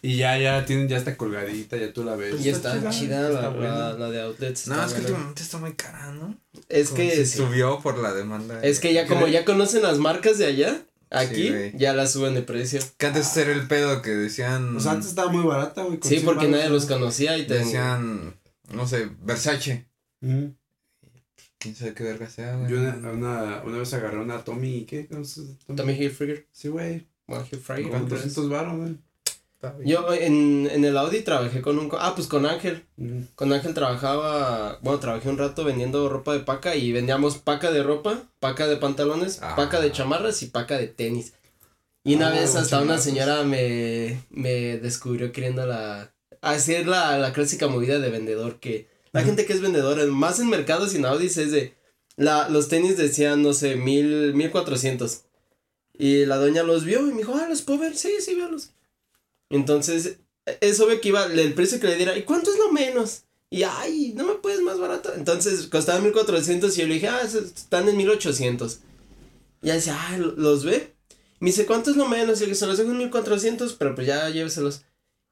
[SPEAKER 1] y ya, ya tienen, ya está colgadita, ya tú la ves.
[SPEAKER 3] Y está chida, la,
[SPEAKER 1] pues está buena.
[SPEAKER 3] la- la de outlets.
[SPEAKER 2] No,
[SPEAKER 3] está
[SPEAKER 2] es que
[SPEAKER 3] buena.
[SPEAKER 2] últimamente está muy cara, ¿no?
[SPEAKER 3] es que
[SPEAKER 2] Se
[SPEAKER 3] sí.
[SPEAKER 2] subió por la demanda.
[SPEAKER 3] Es que ya como
[SPEAKER 2] Creo
[SPEAKER 3] ya conocen las marcas de allá, aquí
[SPEAKER 2] güey.
[SPEAKER 3] ya las suben de precio.
[SPEAKER 2] Que antes era el pedo que decían.
[SPEAKER 1] O sea, antes estaba muy barata, güey. con
[SPEAKER 3] Sí,
[SPEAKER 1] cien
[SPEAKER 3] porque
[SPEAKER 1] varos,
[SPEAKER 3] nadie
[SPEAKER 1] ¿no?
[SPEAKER 3] los conocía y te
[SPEAKER 2] Decían, no sé, Versace.
[SPEAKER 1] Ujú.
[SPEAKER 2] Quién sabe qué verga sea, güey.
[SPEAKER 1] Yo una, una, una vez agarré una Tommy, ¿qué? ¿Cómo se llama?
[SPEAKER 3] Tommy Hilfiger,
[SPEAKER 1] Sí, güey.
[SPEAKER 3] bueno, Hilfiger,
[SPEAKER 1] Con
[SPEAKER 3] compras.
[SPEAKER 1] 300 baros, güey.
[SPEAKER 2] Está bien.
[SPEAKER 3] Yo en, en el Audi trabajé con un... co- Ah, pues con Ángel. Con Ángel trabajaba... Bueno, trabajé un rato vendiendo ropa de paca y vendíamos paca de ropa, paca de pantalones,
[SPEAKER 2] Ah.
[SPEAKER 3] paca de chamarras y paca de tenis. Y una
[SPEAKER 1] Ah,
[SPEAKER 3] vez hasta una
[SPEAKER 1] chingazos.
[SPEAKER 3] señora me, me descubrió queriendo la... Hacer la, la clásica movida de vendedor que... La gente que es vendedora, más en mercados y en Audis es de. La, los tenis decían, no sé, mil, mil cuatrocientos. Y la doña los vio y me dijo, ah, los puedo ver, sí, sí, véalos. Entonces, e, es obvio que iba, le- el precio que le diera, ¿y cuánto es lo menos? Y, ay, no me puedes más barato. Entonces, costaba mil cuatrocientos y yo le dije, ah, esos están en mil ochocientos. Y ella dice, ah, los ve. Me dice, ¿cuánto es lo menos? Y yo, se los dejo en mil cuatrocientos, pero pues ya lléveselos.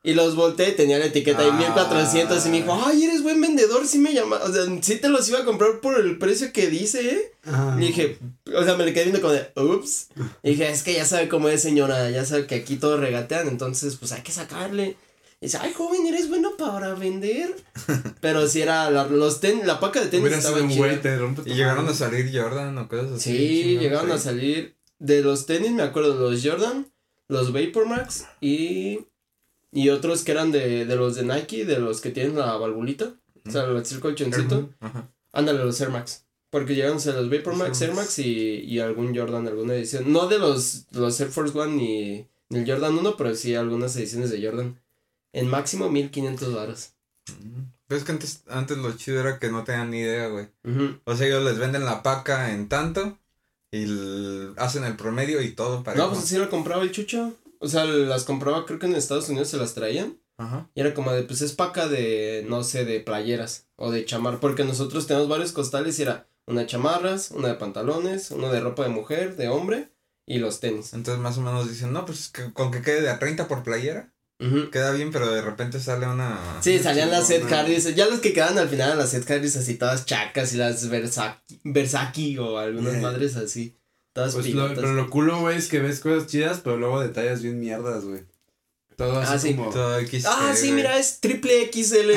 [SPEAKER 3] Y los volteé, tenía la etiqueta ahí,
[SPEAKER 2] Ah.
[SPEAKER 3] mil cuatrocientos, y me dijo, ay, eres buen vendedor, sí me llama, o sea, sí te los iba a comprar por el precio que dice, ¿eh?
[SPEAKER 1] Ajá.
[SPEAKER 3] Y dije, o sea, me le quedé viendo como de, ups. Y dije, es que ya sabe cómo es, señora, ya sabe que aquí todos regatean, entonces, pues hay que sacarle. Y dice, ay, joven, eres bueno para vender. Pero si era la, los ten, la paca de tenis
[SPEAKER 1] Hubiera sido
[SPEAKER 3] estaba
[SPEAKER 1] un güey,
[SPEAKER 3] chida.
[SPEAKER 1] te rompe tu
[SPEAKER 2] Y llegaron a
[SPEAKER 1] madre.
[SPEAKER 2] salir Jordan o cosas así.
[SPEAKER 3] Sí,
[SPEAKER 2] chingados,
[SPEAKER 3] llegaron a
[SPEAKER 2] sí.
[SPEAKER 3] salir de los tenis, me acuerdo, los Jordan, los Vapor Max y, y otros que eran de, de los de Nike, de los que tienen la valvulita, o sea, el circo colchoncito.
[SPEAKER 2] Ajá.
[SPEAKER 3] Ándale, los Air Max. Porque llegaron o sea, los Vapor
[SPEAKER 1] Los
[SPEAKER 3] Max,
[SPEAKER 1] Air
[SPEAKER 3] Air
[SPEAKER 1] Max.
[SPEAKER 3] Max y, y algún Jordan, alguna edición. No de los, los Air Force One ni, ni el Jordan 1, pero sí algunas ediciones de Jordan. En máximo 1500 varos.
[SPEAKER 2] Mm. Pero es que antes, antes lo chido era que no tenían ni idea, güey.
[SPEAKER 3] Ujú.
[SPEAKER 2] O sea, ellos les venden la paca en tanto y l- hacen el promedio y todo para.
[SPEAKER 3] No, pues así lo compraba el chucho. O sea, las compraba, creo que en Estados Unidos se las traían.
[SPEAKER 2] Ajá.
[SPEAKER 3] Y era como de, pues es paca de, no sé, de playeras o de chamar. Porque nosotros tenemos varios costales y era una de chamarras, una de pantalones, una de ropa de mujer, de hombre y los tenis.
[SPEAKER 2] Entonces, más o menos dicen, no, pues que- con que quede de a 30 por playera,
[SPEAKER 3] Ujú.
[SPEAKER 2] queda bien, pero de repente sale una.
[SPEAKER 3] Sí, salían las Ed
[SPEAKER 1] chingona.
[SPEAKER 3] Harris, ya las que quedan al final, las Ed Harris así todas chacas y las Versace, Versace o algunas
[SPEAKER 1] Yeah.
[SPEAKER 3] madres así, todas
[SPEAKER 1] Eh. Pues lo-
[SPEAKER 3] piratas.
[SPEAKER 1] pero lo culo, güey, es que ves cosas chidas, pero luego detallas bien mierdas, güey. Todo
[SPEAKER 3] Ah,
[SPEAKER 1] así
[SPEAKER 3] sí.
[SPEAKER 1] como.
[SPEAKER 2] Todo XT,
[SPEAKER 3] Ah, sí,
[SPEAKER 2] güey.
[SPEAKER 3] mira, es triple XL.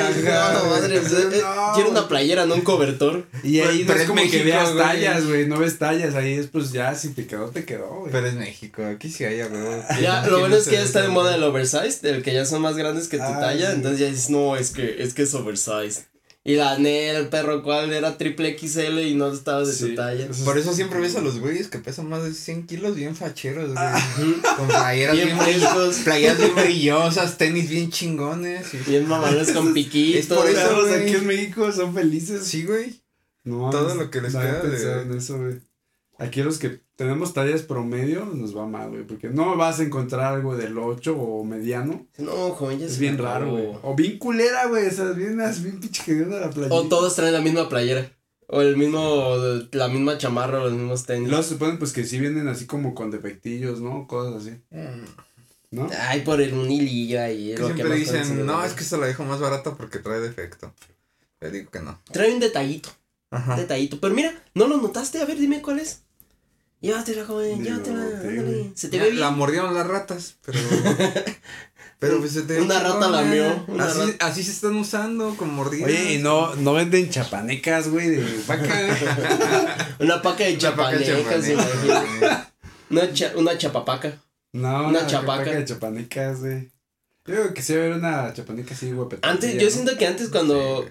[SPEAKER 2] Ajá.
[SPEAKER 3] No, madre, es- eh,
[SPEAKER 1] No.
[SPEAKER 3] quiero una playera, no un cobertor.
[SPEAKER 1] Y
[SPEAKER 2] Pero-
[SPEAKER 1] ahí no
[SPEAKER 2] pero
[SPEAKER 1] es
[SPEAKER 2] es
[SPEAKER 1] como que
[SPEAKER 2] México,
[SPEAKER 1] veas
[SPEAKER 2] güey.
[SPEAKER 1] tallas, güey. No ves tallas. Ahí es pues ya, si te quedó, te quedó, güey.
[SPEAKER 2] Pero es México, aquí sí hay, güey.
[SPEAKER 3] Ya,
[SPEAKER 2] ¿Quién
[SPEAKER 3] lo
[SPEAKER 2] no
[SPEAKER 3] bueno es que
[SPEAKER 2] se
[SPEAKER 3] ya está de
[SPEAKER 2] ve?
[SPEAKER 3] moda el oversized, el que ya son más grandes que tu
[SPEAKER 1] Ah,
[SPEAKER 3] talla,
[SPEAKER 1] sí.
[SPEAKER 3] entonces ya dices, no, es que, es que es oversized. Y la neta, el perro cual era triple XL y no estaba de
[SPEAKER 1] Sí,
[SPEAKER 3] su talla.
[SPEAKER 1] eso es-
[SPEAKER 2] Por eso siempre ves a los güeyes que pesan más de 100 kilos bien facheros, güey. Con playeras bien,
[SPEAKER 3] Ah. Bien frescos.
[SPEAKER 2] brill- playeras bien brillosas, tenis bien chingones. y-
[SPEAKER 3] Bien mamalones con piquitos.
[SPEAKER 2] es por
[SPEAKER 1] Los
[SPEAKER 2] eso-
[SPEAKER 1] perros
[SPEAKER 2] güey.
[SPEAKER 1] aquí en México son felices.
[SPEAKER 2] Sí, güey.
[SPEAKER 1] No,
[SPEAKER 2] Todo
[SPEAKER 1] mames,
[SPEAKER 2] lo que les
[SPEAKER 1] no
[SPEAKER 2] queda
[SPEAKER 1] había
[SPEAKER 2] de-
[SPEAKER 1] pensado en eso, güey. Aquí los que tenemos tallas promedio nos va mal, güey. Porque no vas a encontrar algo del 8 o mediano.
[SPEAKER 3] No, joven, ya
[SPEAKER 1] Es
[SPEAKER 3] se
[SPEAKER 1] bien
[SPEAKER 3] acabó.
[SPEAKER 1] raro, güey. O bien culera, güey. Esas bien, las bien pinche que vienen a la playa.
[SPEAKER 3] O todos traen la misma playera. O el mismo, la misma chamarra, los mismos tenis.
[SPEAKER 1] Los suponen pues que sí vienen así como con defectillos, ¿no? Cosas así, ¿no?
[SPEAKER 3] Ay, por el unilillo ahí.
[SPEAKER 2] Que
[SPEAKER 3] lo que
[SPEAKER 2] siempre
[SPEAKER 3] más
[SPEAKER 2] dicen,
[SPEAKER 3] considero.
[SPEAKER 2] no, es que se la dejo más barata porque trae defecto. Le digo que Ah. no.
[SPEAKER 3] Trae un detallito,
[SPEAKER 2] Ajá.
[SPEAKER 3] detallito. Pero mira, ¿no lo notaste? A ver, dime cuál es. Llévatela, joven,
[SPEAKER 1] Digo,
[SPEAKER 3] llévatela.
[SPEAKER 1] sí,
[SPEAKER 3] ándale.
[SPEAKER 1] güey.
[SPEAKER 3] Se te
[SPEAKER 2] Ya,
[SPEAKER 3] ve bien.
[SPEAKER 2] La mordieron las ratas, pero. pero pues se te ve
[SPEAKER 3] Una
[SPEAKER 2] chingona.
[SPEAKER 3] rata lamió, una
[SPEAKER 2] Así,
[SPEAKER 3] rata.
[SPEAKER 2] así se están usando, con mordidas.
[SPEAKER 1] Oye, y no, no venden chapanecas, güey, de vaca. güey.
[SPEAKER 3] Una paca de
[SPEAKER 2] La paca
[SPEAKER 3] chapanecas,
[SPEAKER 2] chapaneca,
[SPEAKER 3] imagínate.
[SPEAKER 2] güey.
[SPEAKER 3] Una, cha- una chapapaca.
[SPEAKER 1] No,
[SPEAKER 3] Una
[SPEAKER 1] una
[SPEAKER 3] chapaca.
[SPEAKER 1] chapaca de chapanecas, güey. Yo creo que sí va a haber una chapaneca así, güey. pero
[SPEAKER 3] Antes,
[SPEAKER 1] ya,
[SPEAKER 3] yo
[SPEAKER 1] ¿no?
[SPEAKER 3] siento que antes
[SPEAKER 2] Sí,
[SPEAKER 3] cuando,
[SPEAKER 2] güey.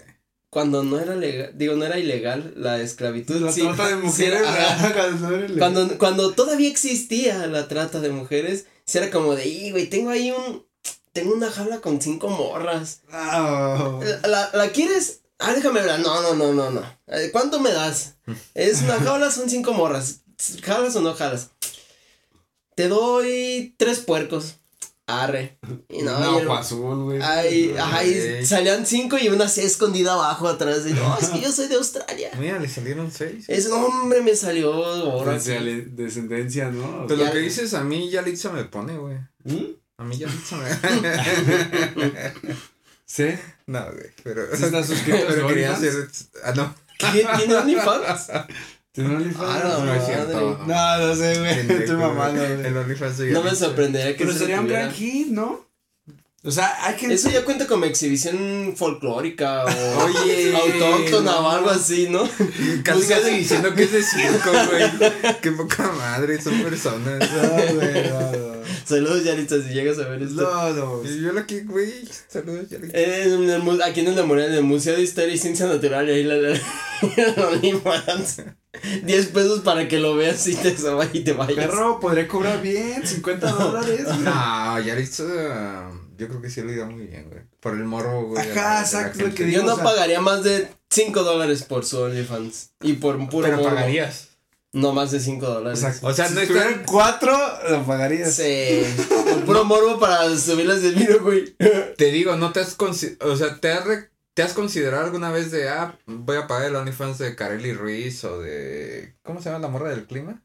[SPEAKER 3] cuando no era legal, digo, no era ilegal la esclavitud.
[SPEAKER 1] La
[SPEAKER 3] sí,
[SPEAKER 1] trata de
[SPEAKER 3] sí,
[SPEAKER 1] mujeres,
[SPEAKER 3] ajá.
[SPEAKER 1] ¿verdad? Cuando eres le-
[SPEAKER 3] Cuando, cuando todavía existía la trata de mujeres, sí era como de, "Y, güey, tengo ahí un, tengo una jaula con cinco morras.
[SPEAKER 1] Ah,
[SPEAKER 3] ¿La, la, la quieres? Ah, déjame hablar. No, no, no, no, no. Eh, ¿Cuánto me das? Es una jaula, son cinco morras. ¿Jalas o no jalas? Te doy tres puercos. Arre. Y no,
[SPEAKER 1] una
[SPEAKER 3] y el-
[SPEAKER 1] hoja azul, güey.
[SPEAKER 3] Ay, ay,
[SPEAKER 2] Ey.
[SPEAKER 3] salían cinco y una así escondida abajo atrás. de, no, es que yo soy de Australia.
[SPEAKER 2] Mira, le salieron seis.
[SPEAKER 3] Es un hombre, me salió ahora.
[SPEAKER 1] Desde- Descendencia, ¿no?
[SPEAKER 2] De
[SPEAKER 3] Ya-
[SPEAKER 2] Pues lo que dices, a mí ya Litza me pone, güey.
[SPEAKER 1] ¿Mm?
[SPEAKER 2] A mí ya Litza me.
[SPEAKER 1] Sí.
[SPEAKER 2] no, güey, pero.
[SPEAKER 1] ¿Sí estás suscrito
[SPEAKER 2] Pero
[SPEAKER 1] a
[SPEAKER 2] quería
[SPEAKER 1] OnlyFans?
[SPEAKER 2] hacer. Ah, no.
[SPEAKER 3] ¿Quién tiene OnlyFans?
[SPEAKER 1] ¿Tiene OnlyFans?
[SPEAKER 3] Ah, no,
[SPEAKER 2] No es
[SPEAKER 3] madre.
[SPEAKER 2] cierto.
[SPEAKER 1] No, no sé, güey. Estoy
[SPEAKER 2] Pendejo,
[SPEAKER 1] mamando,
[SPEAKER 2] güey.
[SPEAKER 1] güey.
[SPEAKER 2] El OnlyFans de
[SPEAKER 3] No me
[SPEAKER 2] Yalitza.
[SPEAKER 3] sorprendería que
[SPEAKER 1] Pero
[SPEAKER 3] se lo
[SPEAKER 1] sería un
[SPEAKER 3] tuviera.
[SPEAKER 1] gran hit, ¿no? O sea, hay que.
[SPEAKER 3] Eso ya cuenta como exhibición folclórica o
[SPEAKER 2] Oye,
[SPEAKER 3] autóctona
[SPEAKER 2] no.
[SPEAKER 3] o algo así, ¿no?
[SPEAKER 2] Casi,
[SPEAKER 1] Pues
[SPEAKER 3] Busca-
[SPEAKER 2] casi diciendo que es de circo, güey. Qué poca madre, son personas.
[SPEAKER 1] No, güey, no, no.
[SPEAKER 3] Saludos, Yaritza, si llegas a ver esto. Eh,
[SPEAKER 1] No, no.
[SPEAKER 2] Y Yo la que, güey. Saludos, Yalitza.
[SPEAKER 3] En el mu- aquí en el de Morelia, en el Museo de Historia y Ciencia Natural, y ahí la, la, la OnlyFans. 10 pesos para que lo veas y te, y te vayas.
[SPEAKER 1] Perro, podría cobrar bien, 50 dólares. güey.
[SPEAKER 2] No, Yalitza. Yo creo que sí le iba muy bien, güey. Por el morbo, güey.
[SPEAKER 1] Ajá,
[SPEAKER 2] de la- de la
[SPEAKER 1] exacto,
[SPEAKER 2] gente.
[SPEAKER 1] lo que
[SPEAKER 3] Yo
[SPEAKER 1] digo,
[SPEAKER 3] no
[SPEAKER 1] o sea-
[SPEAKER 3] pagaría más de 5 dólares por su OnlyFans. Y por un puro
[SPEAKER 2] Pero
[SPEAKER 3] morbo.
[SPEAKER 2] pagarías.
[SPEAKER 3] No más de 5 dólares.
[SPEAKER 2] O sea,
[SPEAKER 1] si
[SPEAKER 2] no
[SPEAKER 1] estuvieran
[SPEAKER 2] están-
[SPEAKER 1] cuatro, lo pagarías.
[SPEAKER 3] Sí. Por puro morbo para subirlas de video, güey.
[SPEAKER 2] Te digo, no te has consi- o sea, te has, re- te has considerado alguna vez de, ah, voy a pagar el OnlyFans de Kareli Ruiz o de, ¿cómo se llama la morra del clima?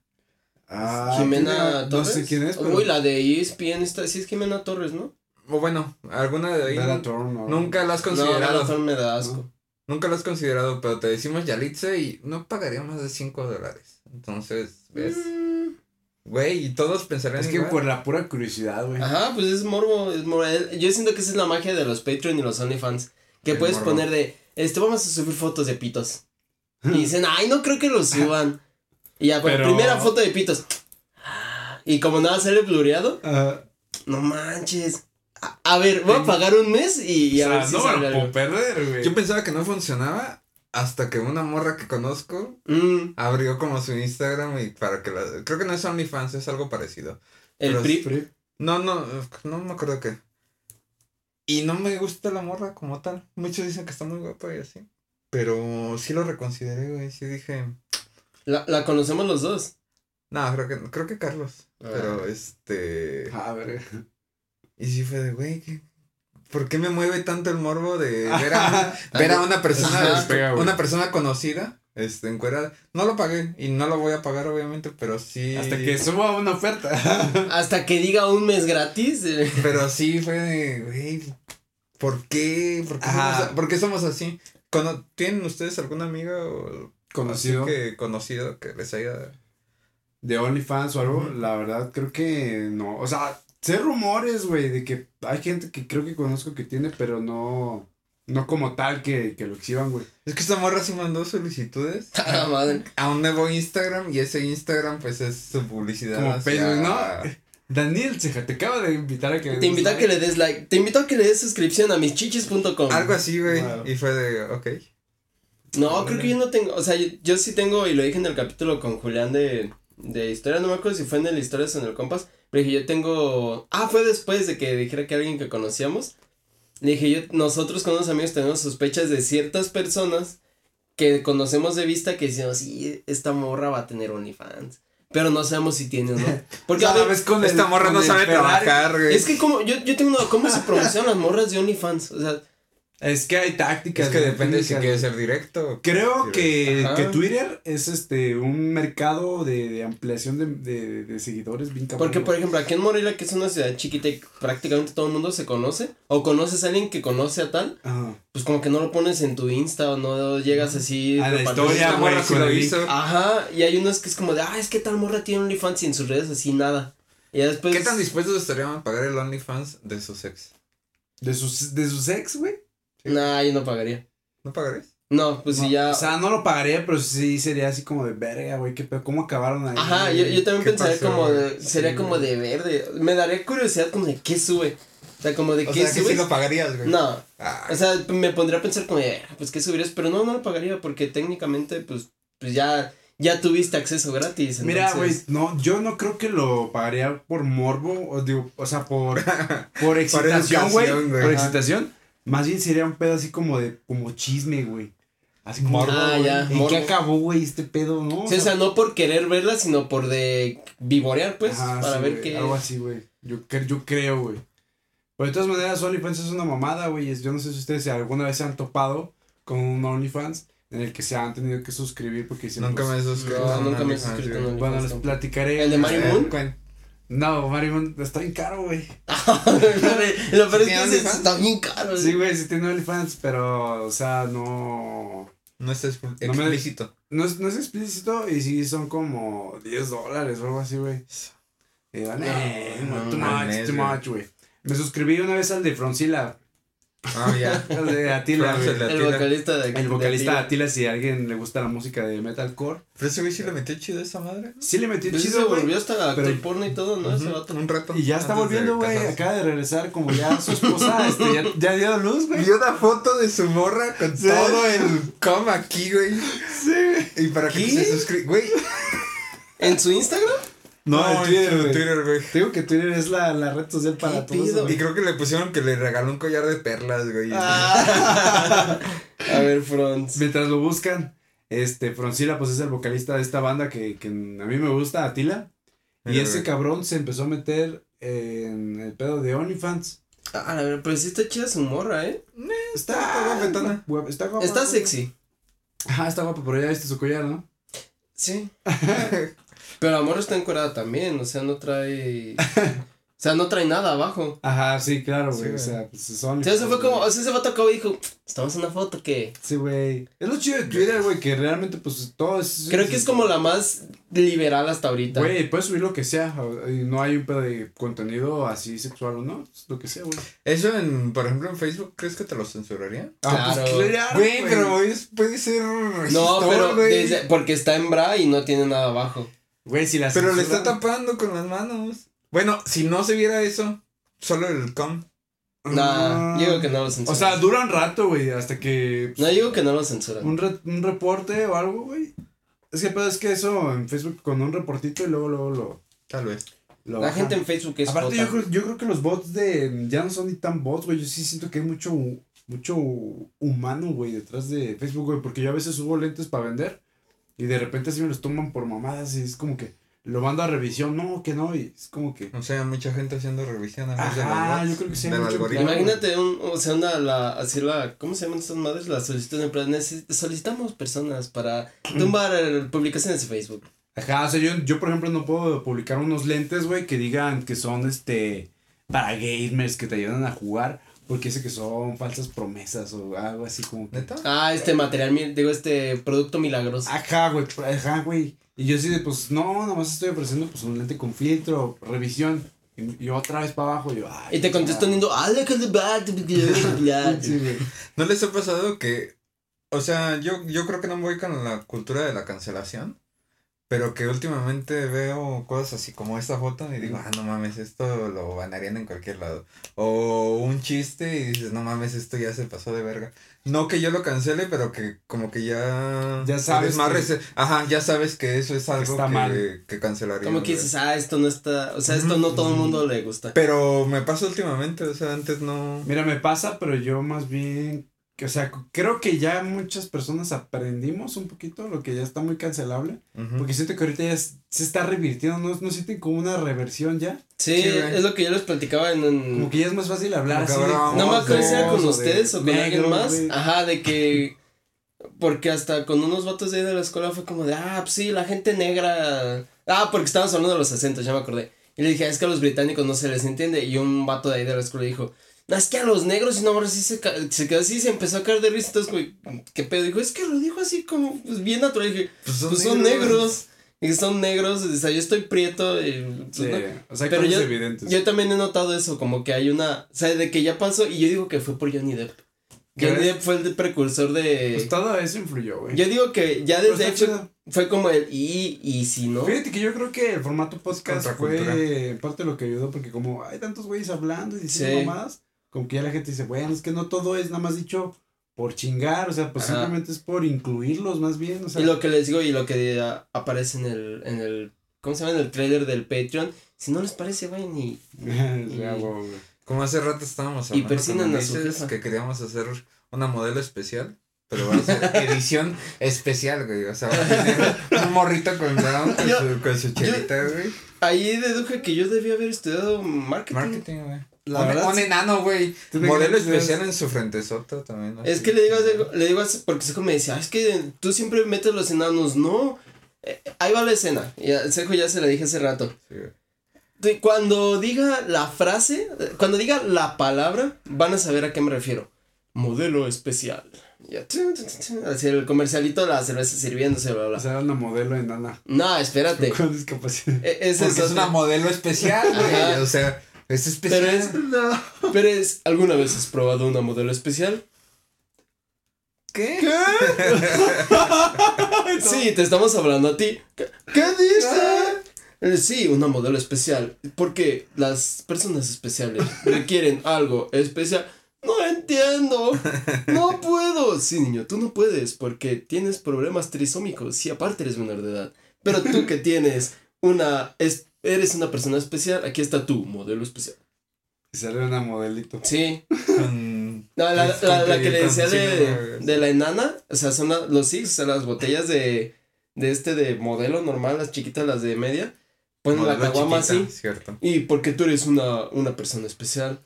[SPEAKER 1] Ah,
[SPEAKER 3] Jimena
[SPEAKER 1] ¿quién era?
[SPEAKER 3] Torres.
[SPEAKER 1] No sé quién es, pero.
[SPEAKER 3] Uy, la de E ESPN está. Sí, es Jimena Torres, ¿no?
[SPEAKER 2] O bueno, alguna de ahí.
[SPEAKER 1] Bella
[SPEAKER 2] nun-
[SPEAKER 1] Thorne, ¿no?
[SPEAKER 2] Nunca la has
[SPEAKER 3] No,
[SPEAKER 2] considerado.
[SPEAKER 3] Bella Thorne me da asco.
[SPEAKER 2] Nunca la has considerado, pero te decimos Yalitza y no pagaría más de 5 dólares. Entonces, ves.
[SPEAKER 3] Mm.
[SPEAKER 2] Güey, y todos pensarían
[SPEAKER 1] Es que
[SPEAKER 2] igual.
[SPEAKER 1] por la pura curiosidad, güey.
[SPEAKER 3] Ajá, pues es morbo. Es morbo. El- Yo siento que esa es la magia de los Patreon y los OnlyFans. Que
[SPEAKER 2] El
[SPEAKER 3] puedes
[SPEAKER 2] morbo.
[SPEAKER 3] poner de. Este, vamos a subir fotos de pitos. Y dicen, ay, no creo que los suban. Y ya, con la
[SPEAKER 1] Pero-
[SPEAKER 3] primera foto de pitos. Y como nada sale blureado,
[SPEAKER 1] Ah,
[SPEAKER 3] no manches. A, a ver, voy a pagar un mes y, y a
[SPEAKER 1] o sea,
[SPEAKER 3] ver si
[SPEAKER 1] no me
[SPEAKER 3] sale
[SPEAKER 1] lo
[SPEAKER 3] algo.
[SPEAKER 1] puedo perder, güey.
[SPEAKER 2] Yo pensaba que no funcionaba hasta que una morra que conozco
[SPEAKER 3] Mm,
[SPEAKER 2] abrió como su Instagram y para que la... Creo que no es OnlyFans, es algo parecido.
[SPEAKER 3] el
[SPEAKER 2] Pero
[SPEAKER 3] PRI.
[SPEAKER 1] Free.
[SPEAKER 2] No, no, no me acuerdo qué. Y no me gusta la morra como tal. Muchos dicen que está muy guapa y así. Pero sí lo reconsideré, güey. Sí dije.
[SPEAKER 3] La, la conocemos los dos.
[SPEAKER 2] No, creo que, creo que Carlos.
[SPEAKER 3] Ah.
[SPEAKER 2] Pero este.
[SPEAKER 1] Ah, verga.
[SPEAKER 2] Y sí fue de, güey, ¿qué- ¿por qué me mueve tanto el morbo de ver a una, ver a una persona,
[SPEAKER 3] Ajá.
[SPEAKER 2] este,
[SPEAKER 1] Pega, güey.
[SPEAKER 2] una persona conocida, este, encuerada? No lo pagué y no lo voy a pagar, obviamente, pero sí.
[SPEAKER 1] Hasta que suba una oferta.
[SPEAKER 3] Hasta que diga un mes gratis. eh,
[SPEAKER 2] Pero sí fue de, güey, ¿por qué? ¿Por qué,
[SPEAKER 1] Ajá.
[SPEAKER 2] somos, a- por qué somos así? Cono- ¿Tienen ustedes alguna amiga o
[SPEAKER 1] Conocido
[SPEAKER 2] así que conocido que les haya...
[SPEAKER 1] de OnlyFans o algo, la verdad creo que no. O sea, sé rumores, güey, de que hay gente que creo que conozco que tiene, pero no. No como tal que, que lo exhiban, güey.
[SPEAKER 2] Es que esta morra sí mandó solicitudes
[SPEAKER 3] a la madre.
[SPEAKER 2] a un nuevo Instagram y ese Instagram pues es su publicidad.
[SPEAKER 1] Como
[SPEAKER 2] hacia-
[SPEAKER 1] Facebook, ¿no? Daniel, ceja, te acaba de invitar a que.
[SPEAKER 3] Te invito a que le des like. Te invito a que le des suscripción a mischichis.com.
[SPEAKER 2] Algo así, güey.
[SPEAKER 1] Claro.
[SPEAKER 2] Y fue de, ok.
[SPEAKER 3] No, creo que yo no tengo, o sea, yo, yo sí tengo, y lo dije en el capítulo con Julián de, de historia, no me acuerdo si fue en el Historias o en el Compas, pero dije, yo tengo, ah, fue después de que dijera que alguien que conocíamos, le dije, yo, nosotros con unos amigos tenemos sospechas de ciertas personas que conocemos de vista que decimos, sí, esta morra va a tener OnlyFans, pero no sabemos si tiene o no, porque a
[SPEAKER 1] Cada
[SPEAKER 3] ver,
[SPEAKER 1] vez con
[SPEAKER 2] Esta
[SPEAKER 1] el-
[SPEAKER 2] morra
[SPEAKER 1] con
[SPEAKER 2] no
[SPEAKER 1] el
[SPEAKER 2] sabe
[SPEAKER 1] Ferrari.
[SPEAKER 2] trabajar, güey.
[SPEAKER 3] es que como, yo, yo tengo una, ¿cómo se promocionan las morras de OnlyFans? O sea,
[SPEAKER 1] Es que hay tácticas.
[SPEAKER 2] Es que
[SPEAKER 1] güey,
[SPEAKER 2] depende si
[SPEAKER 1] técnicas,
[SPEAKER 2] quieres
[SPEAKER 1] güey.
[SPEAKER 2] ser directo.
[SPEAKER 1] Creo que,
[SPEAKER 3] Ajá.
[SPEAKER 1] que Twitter es este un mercado de, de ampliación de, de, de seguidores bien cabrón.
[SPEAKER 3] Porque, por
[SPEAKER 1] güey.
[SPEAKER 3] ejemplo, aquí en Morelia, que es una ciudad chiquita y prácticamente todo el mundo se conoce, o conoces a alguien que conoce a tal,
[SPEAKER 1] Ajá.
[SPEAKER 3] pues como que no lo pones en tu Insta o no llegas así.
[SPEAKER 1] A la
[SPEAKER 3] repartiendo.
[SPEAKER 1] historia,
[SPEAKER 2] Esta morra
[SPEAKER 1] güey,
[SPEAKER 2] sí
[SPEAKER 1] con
[SPEAKER 2] lo
[SPEAKER 1] el
[SPEAKER 2] hizo.
[SPEAKER 3] Ajá, y hay unos que es como de, ah, es que tal morra tiene OnlyFans y en sus redes así nada. Y ya después.
[SPEAKER 2] ¿Qué tan dispuestos estarían a pagar el OnlyFans de su ex?
[SPEAKER 1] De sus, de sus ex, güey.
[SPEAKER 3] Nah, yo no pagaría.
[SPEAKER 2] ¿No pagarías?
[SPEAKER 3] No, pues
[SPEAKER 1] No,
[SPEAKER 3] si ya.
[SPEAKER 1] O sea, no lo pagaría, pero sí sería así como de verga, güey. ¿qué pedo? ¿Cómo acabaron ahí?
[SPEAKER 3] Ajá,
[SPEAKER 1] güey?
[SPEAKER 3] yo, yo también
[SPEAKER 2] ¿Qué
[SPEAKER 3] pensaría
[SPEAKER 2] pasó,
[SPEAKER 3] como de,
[SPEAKER 1] güey?
[SPEAKER 3] sería
[SPEAKER 1] Sí,
[SPEAKER 3] como
[SPEAKER 1] güey.
[SPEAKER 3] de verde. Me daría curiosidad como de qué sube. O sea, como de
[SPEAKER 2] O
[SPEAKER 3] qué
[SPEAKER 2] sea, que sí
[SPEAKER 3] subes.
[SPEAKER 2] lo pagarías, güey.
[SPEAKER 3] No,
[SPEAKER 2] Ah,
[SPEAKER 3] O sea, me pondría a pensar como, de, "Ah, pues qué subirás, pero no, no lo pagaría porque técnicamente, pues, pues ya, ya tuviste acceso gratis.
[SPEAKER 1] Mira, güey,
[SPEAKER 3] entonces-
[SPEAKER 1] no, yo no creo que lo pagaría por morbo, o digo, o sea, por, por excitación,
[SPEAKER 2] educación,
[SPEAKER 1] güey.
[SPEAKER 2] güey. Ajá.
[SPEAKER 1] Por excitación. Más bien sería un pedo así como de, como chisme, güey. Así como,
[SPEAKER 3] Morbo, Ah,
[SPEAKER 1] güey,
[SPEAKER 3] ya,
[SPEAKER 1] ¿En
[SPEAKER 3] morbo.
[SPEAKER 1] qué acabó, güey, este pedo, no?
[SPEAKER 3] Sí, o sea, no por querer verla, sino por de vivorear, pues,
[SPEAKER 1] Ajá,
[SPEAKER 3] para
[SPEAKER 1] sí,
[SPEAKER 3] ver
[SPEAKER 1] güey,
[SPEAKER 3] qué.
[SPEAKER 1] Algo así, güey. Yo, cre- yo creo, güey. Pero de todas maneras, OnlyFans es una mamada, güey. Es- Yo no sé si ustedes alguna vez se han topado con un OnlyFans en el que se han tenido que suscribir porque dicen,
[SPEAKER 2] nunca
[SPEAKER 1] pues,
[SPEAKER 2] me he suscrito.
[SPEAKER 3] No,
[SPEAKER 2] a Ah, un
[SPEAKER 3] nunca me he
[SPEAKER 2] OnlyFans,
[SPEAKER 3] suscrito a
[SPEAKER 2] güey.
[SPEAKER 3] un
[SPEAKER 1] Bueno, les
[SPEAKER 3] OnlyFans.
[SPEAKER 1] platicaré.
[SPEAKER 3] ¿El de Mary
[SPEAKER 1] Eh,
[SPEAKER 3] Moon?
[SPEAKER 1] cuen- No, Mary Moon está bien caro, güey.
[SPEAKER 3] Lo peor es que
[SPEAKER 2] ¿Tiene
[SPEAKER 3] dices,
[SPEAKER 2] OnlyFans?
[SPEAKER 3] está bien caro.
[SPEAKER 1] Sí, güey, sí tiene OnlyFans, pero, o sea, no...
[SPEAKER 2] No está expl-
[SPEAKER 1] No me-
[SPEAKER 2] explícito.
[SPEAKER 1] No es, no es explícito y sí son como 10 dólares o algo así, güey. Y yo, "Nah,
[SPEAKER 3] no
[SPEAKER 1] too much,
[SPEAKER 2] mames,
[SPEAKER 1] too
[SPEAKER 2] güey."
[SPEAKER 1] much, güey. Me suscribí una vez al de Froncila,
[SPEAKER 2] Ah, ya.
[SPEAKER 1] al de Atila,
[SPEAKER 2] Froncila.
[SPEAKER 1] güey.
[SPEAKER 3] el
[SPEAKER 2] Atila.
[SPEAKER 3] vocalista de
[SPEAKER 1] El
[SPEAKER 3] de
[SPEAKER 1] vocalista
[SPEAKER 3] Atila.
[SPEAKER 1] Atila, si a alguien le gusta la música de metalcore.
[SPEAKER 2] Pero ese güey sí le metió chido a esa madre. ¿no?
[SPEAKER 1] Sí le metió
[SPEAKER 3] Pues sí se
[SPEAKER 1] chido, güey.
[SPEAKER 3] volvió hasta actor
[SPEAKER 1] Pero-
[SPEAKER 3] porno y todo, ¿no? Ese vato.
[SPEAKER 2] Un rato.
[SPEAKER 1] Y ya está
[SPEAKER 2] antes de
[SPEAKER 1] volviendo, güey.
[SPEAKER 2] casarse.
[SPEAKER 1] Acaba de regresar como ya su esposa, este, ya, ya dio a luz, güey.
[SPEAKER 2] Vio una foto de su morra con
[SPEAKER 1] Sí.
[SPEAKER 2] todo el com aquí, güey.
[SPEAKER 1] Sí.
[SPEAKER 2] Y para que
[SPEAKER 1] ¿Qué?
[SPEAKER 2] se suscriba. Güey.
[SPEAKER 3] ¿En su Instagram?
[SPEAKER 1] No, en Twitter,
[SPEAKER 2] en
[SPEAKER 1] güey.
[SPEAKER 2] Twitter, güey.
[SPEAKER 1] Te digo que Twitter es la, la red social para
[SPEAKER 3] ¿Qué
[SPEAKER 1] todos.
[SPEAKER 3] pido?
[SPEAKER 1] güey.
[SPEAKER 2] Y creo que le pusieron que le regaló un collar de perlas, güey.
[SPEAKER 3] Ah. A ver, Fronts.
[SPEAKER 1] Mientras lo buscan, este, Froncila, pues es el vocalista de esta banda que, que a mí me gusta, Atila. Y
[SPEAKER 2] Mira,
[SPEAKER 1] ese
[SPEAKER 2] güey.
[SPEAKER 1] cabrón se empezó a meter en el pedo de OnlyFans.
[SPEAKER 3] Ah, la verdad, pero sí está chida su morra, ¿eh?
[SPEAKER 1] Está guapetona. Guapa, está guapa.
[SPEAKER 3] Está sexy.
[SPEAKER 1] Ajá, está guapa, pero ya viste su collar, ¿no?
[SPEAKER 3] Sí. Pero amor está encuerada también, o sea, no trae. O sea, no trae nada abajo.
[SPEAKER 1] Ajá, sí, claro,
[SPEAKER 2] Sí,
[SPEAKER 1] güey. o
[SPEAKER 2] güey.
[SPEAKER 1] sea, pues es
[SPEAKER 3] O
[SPEAKER 1] OnlyFans.
[SPEAKER 3] sea, eso fue
[SPEAKER 1] güey.
[SPEAKER 3] como. O sea, ese vato acabó y dijo: Estamos en una foto que.
[SPEAKER 1] Sí, güey. Es lo chido de Twitter, güey, que realmente, pues todo es.
[SPEAKER 3] Creo que es como la más liberal hasta ahorita.
[SPEAKER 1] Güey, puedes subir lo que sea. o- Y no hay un pedo de contenido así sexual o no. es lo que sea, güey.
[SPEAKER 2] Eso en, por ejemplo, en Facebook, ¿crees que te lo censuraría?
[SPEAKER 1] Ah, pues,
[SPEAKER 3] Claro.
[SPEAKER 1] claro,
[SPEAKER 2] Güey, pero es- puede ser.
[SPEAKER 3] no,
[SPEAKER 2] resistor,
[SPEAKER 3] pero.
[SPEAKER 2] güey.
[SPEAKER 3] desde- porque está en bra y no tiene nada abajo.
[SPEAKER 1] Güey, si la
[SPEAKER 2] Pero le
[SPEAKER 1] censura-
[SPEAKER 2] está tapando con las manos. Bueno, si no se viera eso, solo el com.
[SPEAKER 3] Nah,
[SPEAKER 1] Ah.
[SPEAKER 3] yo digo que no lo censuran.
[SPEAKER 1] O sea, dura un rato, güey, hasta que. pues,
[SPEAKER 3] no, yo digo que no lo censuran.
[SPEAKER 1] un, re- un reporte o algo, güey. Es que el pedo es que eso en Facebook con un reportito y luego, luego lo.
[SPEAKER 2] Tal vez.
[SPEAKER 1] lo
[SPEAKER 3] La
[SPEAKER 1] bajan.
[SPEAKER 3] gente en Facebook es.
[SPEAKER 1] Aparte,
[SPEAKER 3] jota.
[SPEAKER 1] yo creo, yo creo que los bots de. Ya no son ni tan bots, güey. Yo sí siento que hay mucho, mucho humano, güey, detrás de Facebook, güey. Porque yo a veces subo lentes para vender y de repente así me los toman por mamadas y es como que lo mando a revisión. No, que no, y es como que.
[SPEAKER 2] O sea, mucha gente haciendo revisión a los de
[SPEAKER 1] Ajá,
[SPEAKER 2] los bots,
[SPEAKER 1] yo creo que sí hay
[SPEAKER 2] Del
[SPEAKER 1] mucho-
[SPEAKER 2] algoritmo.
[SPEAKER 3] Imagínate un, o sea, una, la, así la, ¿cómo se llaman estas madres? Las solicitudes de empleo. Necesit- Solicitamos personas para tumbar eh, publicaciones de Facebook.
[SPEAKER 1] Ajá, o sea, yo, yo por ejemplo no puedo publicar unos lentes, güey, que digan que son este para gamers que te ayudan a jugar, porque dice que son falsas promesas o algo así como que-
[SPEAKER 2] ¿Neta?
[SPEAKER 3] Ah, este material, mi- digo, este producto milagroso.
[SPEAKER 1] Ajá, güey, pr- ajá, güey. Y yo así de, pues no, nomás estoy ofreciendo pues un lente con filtro, revisión. Y, y otra vez para abajo, yo, ay.
[SPEAKER 3] y te contesta un
[SPEAKER 1] ya.
[SPEAKER 3] lindo, "Ah, look at the back, blah, blah, blah".
[SPEAKER 1] Sí, güey.
[SPEAKER 2] ¿No les ha pasado que.? O sea, yo, yo creo que no voy con la cultura de la cancelación. Pero que últimamente veo cosas así como esta foto y digo, ah, no mames, esto lo banarían en cualquier lado. O un chiste y dices, no mames, esto ya se pasó de verga. No que yo lo cancele, pero que como que ya...
[SPEAKER 1] Ya sabes
[SPEAKER 2] Más
[SPEAKER 1] que-
[SPEAKER 2] rece- Ajá, ya sabes que eso es algo
[SPEAKER 1] Está
[SPEAKER 2] que,
[SPEAKER 1] mal.
[SPEAKER 2] que cancelaría.
[SPEAKER 3] Como que
[SPEAKER 2] güey.
[SPEAKER 3] dices, ah, esto no está. O sea, esto no todo el mundo le gusta.
[SPEAKER 2] Pero me pasa últimamente, o sea, antes no...
[SPEAKER 1] Mira, me pasa, pero yo más bien, que, o sea, creo que ya muchas personas aprendimos un poquito lo que ya está muy cancelable,
[SPEAKER 2] Ujú.
[SPEAKER 1] porque siento que ahorita ya es- se está revirtiendo, ¿no, no sienten como una reversión ya?
[SPEAKER 3] Sí,
[SPEAKER 2] Sí, güey.
[SPEAKER 3] es lo que yo les platicaba en. en-
[SPEAKER 1] Como que ya es más fácil
[SPEAKER 2] Como
[SPEAKER 1] hablar así
[SPEAKER 2] que
[SPEAKER 1] de
[SPEAKER 2] ahora
[SPEAKER 3] No me
[SPEAKER 2] vamos
[SPEAKER 1] gordos,
[SPEAKER 3] acuerdo si era con
[SPEAKER 1] de
[SPEAKER 3] ustedes o con alguien
[SPEAKER 1] negros,
[SPEAKER 3] más.
[SPEAKER 1] güey.
[SPEAKER 3] Ajá, de que. Porque hasta con unos vatos de ahí de la escuela fue como de, ah, pues sí, la gente negra. Ah, porque estábamos hablando de los acentos, ya me acordé. Y le dije, "Ah, es que a los británicos no se les entiende. Y un vato de ahí de la escuela dijo, "No, es que a los negros, y no, ahora sí se, ca- se quedó así, se empezó a caer de risa. Entonces, güey, ¿qué pedo? Dijo, es que lo dijo así como, pues bien natural. Y dije,
[SPEAKER 2] Pues
[SPEAKER 3] pues son negros. Y son negros, o sea, yo estoy prieto. Y, pues,
[SPEAKER 1] Sí,
[SPEAKER 3] no-
[SPEAKER 1] o sea, hay
[SPEAKER 3] Pero
[SPEAKER 1] cosas
[SPEAKER 3] yo-
[SPEAKER 1] evidentes.
[SPEAKER 3] yo también he notado eso, como que hay una. O sea, de que ya pasó, y yo digo que fue por Johnny Depp.
[SPEAKER 1] ¿Crees?
[SPEAKER 3] Johnny Depp fue el de- precursor
[SPEAKER 1] Pues
[SPEAKER 3] de.
[SPEAKER 1] todo eso influyó, güey.
[SPEAKER 3] Yo digo que ya
[SPEAKER 1] Pero
[SPEAKER 3] desde ahí
[SPEAKER 1] está
[SPEAKER 3] fue,
[SPEAKER 1] chido.
[SPEAKER 3] fue como el. Y, y si no.
[SPEAKER 1] Fíjate que yo creo que el formato podcast
[SPEAKER 2] Contracultura.
[SPEAKER 1] fue en parte lo que ayudó porque como hay tantos güeyes hablando y diciendo
[SPEAKER 3] Sí.
[SPEAKER 1] mamadas, como que ya la gente dice, bueno, es que no todo es nada más dicho por chingar, o sea, pues
[SPEAKER 3] Ajá.
[SPEAKER 1] simplemente es por incluirlos más bien, o sea,
[SPEAKER 3] Y lo que les digo y lo que ah, aparece en el. en el. ¿Cómo se llama? En el trailer del Patreon. Si no les parece, vayan y.
[SPEAKER 1] Ya, güey, güey.
[SPEAKER 2] Como hace rato estábamos
[SPEAKER 3] Y
[SPEAKER 2] hablando
[SPEAKER 3] persinan
[SPEAKER 2] con
[SPEAKER 3] a su
[SPEAKER 2] Ulises
[SPEAKER 3] jefa.
[SPEAKER 2] que queríamos hacer una modelo especial, pero va a ser edición especial, güey. O sea, va a tener un morrito con Down, con,
[SPEAKER 3] Yo-
[SPEAKER 2] su, con su chelita, güey.
[SPEAKER 3] Ahí deduje que yo debía haber estudiado marketing.
[SPEAKER 2] Marketing, güey.
[SPEAKER 1] La
[SPEAKER 2] un,
[SPEAKER 1] verdad,
[SPEAKER 2] un
[SPEAKER 1] sí.
[SPEAKER 2] enano, güey.
[SPEAKER 1] Tiene
[SPEAKER 2] Modelo
[SPEAKER 1] grandes ideas.
[SPEAKER 2] especial en su frentezota también.
[SPEAKER 1] Ah,
[SPEAKER 3] Es
[SPEAKER 2] así.
[SPEAKER 3] que le digo, algo- le digo así, porque Sejo me decía, "Ah, es que tú siempre metes los enanos, no. Eh, ahí va la escena. Y a Sejo ya se la dije hace rato.
[SPEAKER 2] Sí, güey.
[SPEAKER 3] De- Cuando diga la frase, eh, cuando diga la palabra, van a saber a qué me refiero. Modelo especial. Ya, tu, tu, tu, tu, Así el comercialito de la cerveza sirviéndose, bla,
[SPEAKER 1] O
[SPEAKER 3] bla.
[SPEAKER 1] sea, era una modelo enana
[SPEAKER 3] No, espérate.
[SPEAKER 1] con discapacidad.
[SPEAKER 3] E- ese
[SPEAKER 2] Porque
[SPEAKER 3] es
[SPEAKER 2] es una
[SPEAKER 3] otro.
[SPEAKER 2] modelo especial, güey.
[SPEAKER 3] Ajá.
[SPEAKER 2] O sea, es especial.
[SPEAKER 3] Pero es, pero es, ¿alguna vez has probado una modelo especial?
[SPEAKER 2] ¿Qué?
[SPEAKER 3] ¿Qué? sí, te estamos hablando a ti. ¿Qué, qué dices? Eh, Sí, una modelo especial. Porque las personas especiales requieren algo especial. No entiendo. No puedo. Sí, niño, tú no puedes porque tienes problemas trisómicos y aparte eres menor de edad. Pero tú que tienes una... es- eres una persona especial. Aquí está tu modelo especial.
[SPEAKER 1] Y salió una modelito.
[SPEAKER 3] Sí.
[SPEAKER 2] Con-
[SPEAKER 3] No, la,
[SPEAKER 2] Es
[SPEAKER 3] la, la
[SPEAKER 2] compli-
[SPEAKER 3] que le decía de,
[SPEAKER 2] complicado.
[SPEAKER 3] de la enana, o sea, son la- los six, o sea, las botellas de, de este de modelo normal, las chiquitas, las de media, ponen la
[SPEAKER 2] modelo
[SPEAKER 3] caguama
[SPEAKER 2] chiquita,
[SPEAKER 3] así.
[SPEAKER 2] Cierto.
[SPEAKER 3] Y porque tú eres una, una persona especial,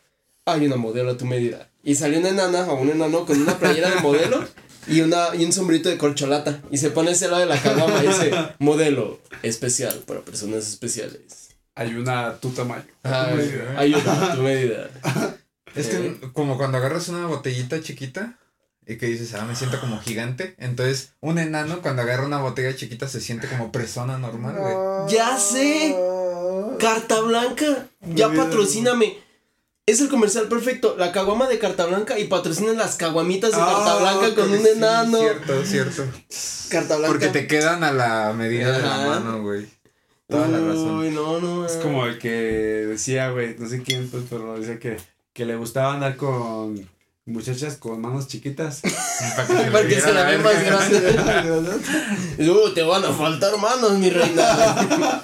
[SPEAKER 3] hay una modelo a tu medida. Y salió una enana o un enano con una playera de modelo y, una, y un sombrito de corcholata. Y se pone ese lado de la caguama y dice, modelo especial para personas especiales.
[SPEAKER 1] Hay una a tu tamaño.
[SPEAKER 3] Ajá, hay una a tu medida.
[SPEAKER 2] Es que como cuando agarras una botellita chiquita y que dices, ah, me siento como gigante. Entonces, un enano cuando agarra una botella chiquita se siente como persona normal, güey.
[SPEAKER 3] Ya sé. Carta Blanca, ya
[SPEAKER 1] Muy bien.
[SPEAKER 3] patrocíname. Es el comercial perfecto, la caguama de Carta Blanca y patrocinan las caguamitas de
[SPEAKER 1] Ah,
[SPEAKER 3] Carta Blanca con
[SPEAKER 2] Sí,
[SPEAKER 3] un enano.
[SPEAKER 2] Cierto, cierto.
[SPEAKER 3] Carta Blanca.
[SPEAKER 2] Porque te quedan a la medida de la
[SPEAKER 3] Ajá.
[SPEAKER 2] mano, güey. Toda la razón.
[SPEAKER 3] Uy, no, no.
[SPEAKER 1] Es como el que decía, güey, no sé quién, pues, pero decía que, que le gustaba andar con muchachas con manos chiquitas.
[SPEAKER 2] Para que le
[SPEAKER 3] Porque se
[SPEAKER 2] viera
[SPEAKER 3] la ve más
[SPEAKER 2] verga.
[SPEAKER 3] grande. Uh, te van a faltar manos, mi reina.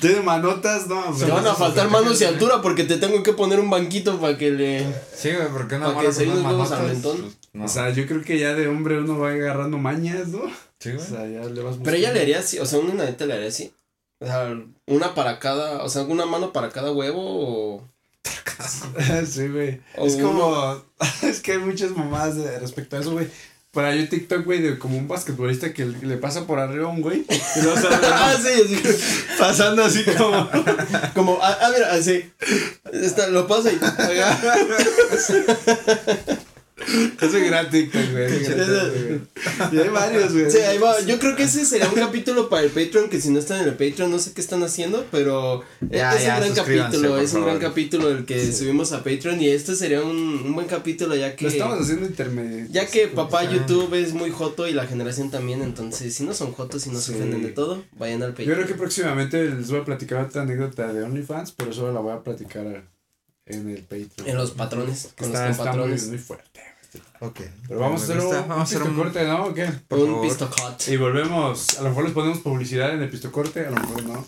[SPEAKER 1] Tiene manotas, no.
[SPEAKER 3] te van a faltar manos y altura porque te tengo que poner un banquito para que le.
[SPEAKER 2] Sí, güey, porque una
[SPEAKER 3] Para
[SPEAKER 2] morra
[SPEAKER 3] que se
[SPEAKER 2] con unas
[SPEAKER 3] den huevos al
[SPEAKER 2] manotas,
[SPEAKER 3] mentón.
[SPEAKER 2] pues, no.
[SPEAKER 1] O sea, yo creo que ya de hombre uno va agarrando mañas, ¿no?
[SPEAKER 2] Sí,
[SPEAKER 1] O
[SPEAKER 2] güey.
[SPEAKER 1] sea, ya le vas
[SPEAKER 3] Pero ella le haría así, o sea, una nanita le haría así. O sea, una para cada, o sea, una mano para cada huevo o.
[SPEAKER 1] buscando. sí, güey.
[SPEAKER 3] O
[SPEAKER 1] es como. es que hay muchas mamadas de- respecto a eso, güey. Para yo TikTok, güey, de como un basquetbolista que le le pasa por arriba a un güey. Y luego sale
[SPEAKER 3] Ah, sí, sí.
[SPEAKER 1] pasando así como.
[SPEAKER 3] Como, ah, ah, mira, así. Está, lo paso y.
[SPEAKER 1] Es un gran TikTok, güey. es un gran
[SPEAKER 3] Eso-
[SPEAKER 1] TikTok, güey. Y hay varios, güey.
[SPEAKER 3] Sí, ahí va. Yo creo que ese sería un capítulo para el Patreon, que si no están en el Patreon no sé qué están haciendo, pero e-
[SPEAKER 2] Ya,
[SPEAKER 3] es
[SPEAKER 2] ya,
[SPEAKER 3] un gran
[SPEAKER 2] suscríbanse,
[SPEAKER 3] capítulo,
[SPEAKER 2] por
[SPEAKER 3] es un gran
[SPEAKER 2] favor.
[SPEAKER 3] capítulo el que subimos a Patreon y este sería un, un buen capítulo ya que...
[SPEAKER 1] Lo estamos haciendo intermedio.
[SPEAKER 3] Ya que papá
[SPEAKER 2] Ah.
[SPEAKER 3] YouTube es muy joto y la generación también, entonces si no son jotos y no se
[SPEAKER 1] Sí.
[SPEAKER 3] ofenden de todo, vayan al
[SPEAKER 1] Yo
[SPEAKER 3] Patreon.
[SPEAKER 1] creo que próximamente les voy a platicar otra anécdota de OnlyFans, pero solo la voy a platicar en el Patreon.
[SPEAKER 3] En los patrones, con
[SPEAKER 1] Está,
[SPEAKER 3] los
[SPEAKER 1] está muy,
[SPEAKER 3] compatrones.
[SPEAKER 1] muy fuerte. güey.
[SPEAKER 2] Ok.
[SPEAKER 1] Pero vamos a
[SPEAKER 2] Me
[SPEAKER 1] hacer un,
[SPEAKER 2] gusta.
[SPEAKER 1] un este
[SPEAKER 2] Vamos a hacer un-
[SPEAKER 1] pistocorte, ¿no? ¿O qué?
[SPEAKER 2] por
[SPEAKER 3] un
[SPEAKER 2] favor.
[SPEAKER 3] pistocot.
[SPEAKER 1] Y volvemos. A lo mejor les ponemos publicidad en el pistocorte, a lo mejor no.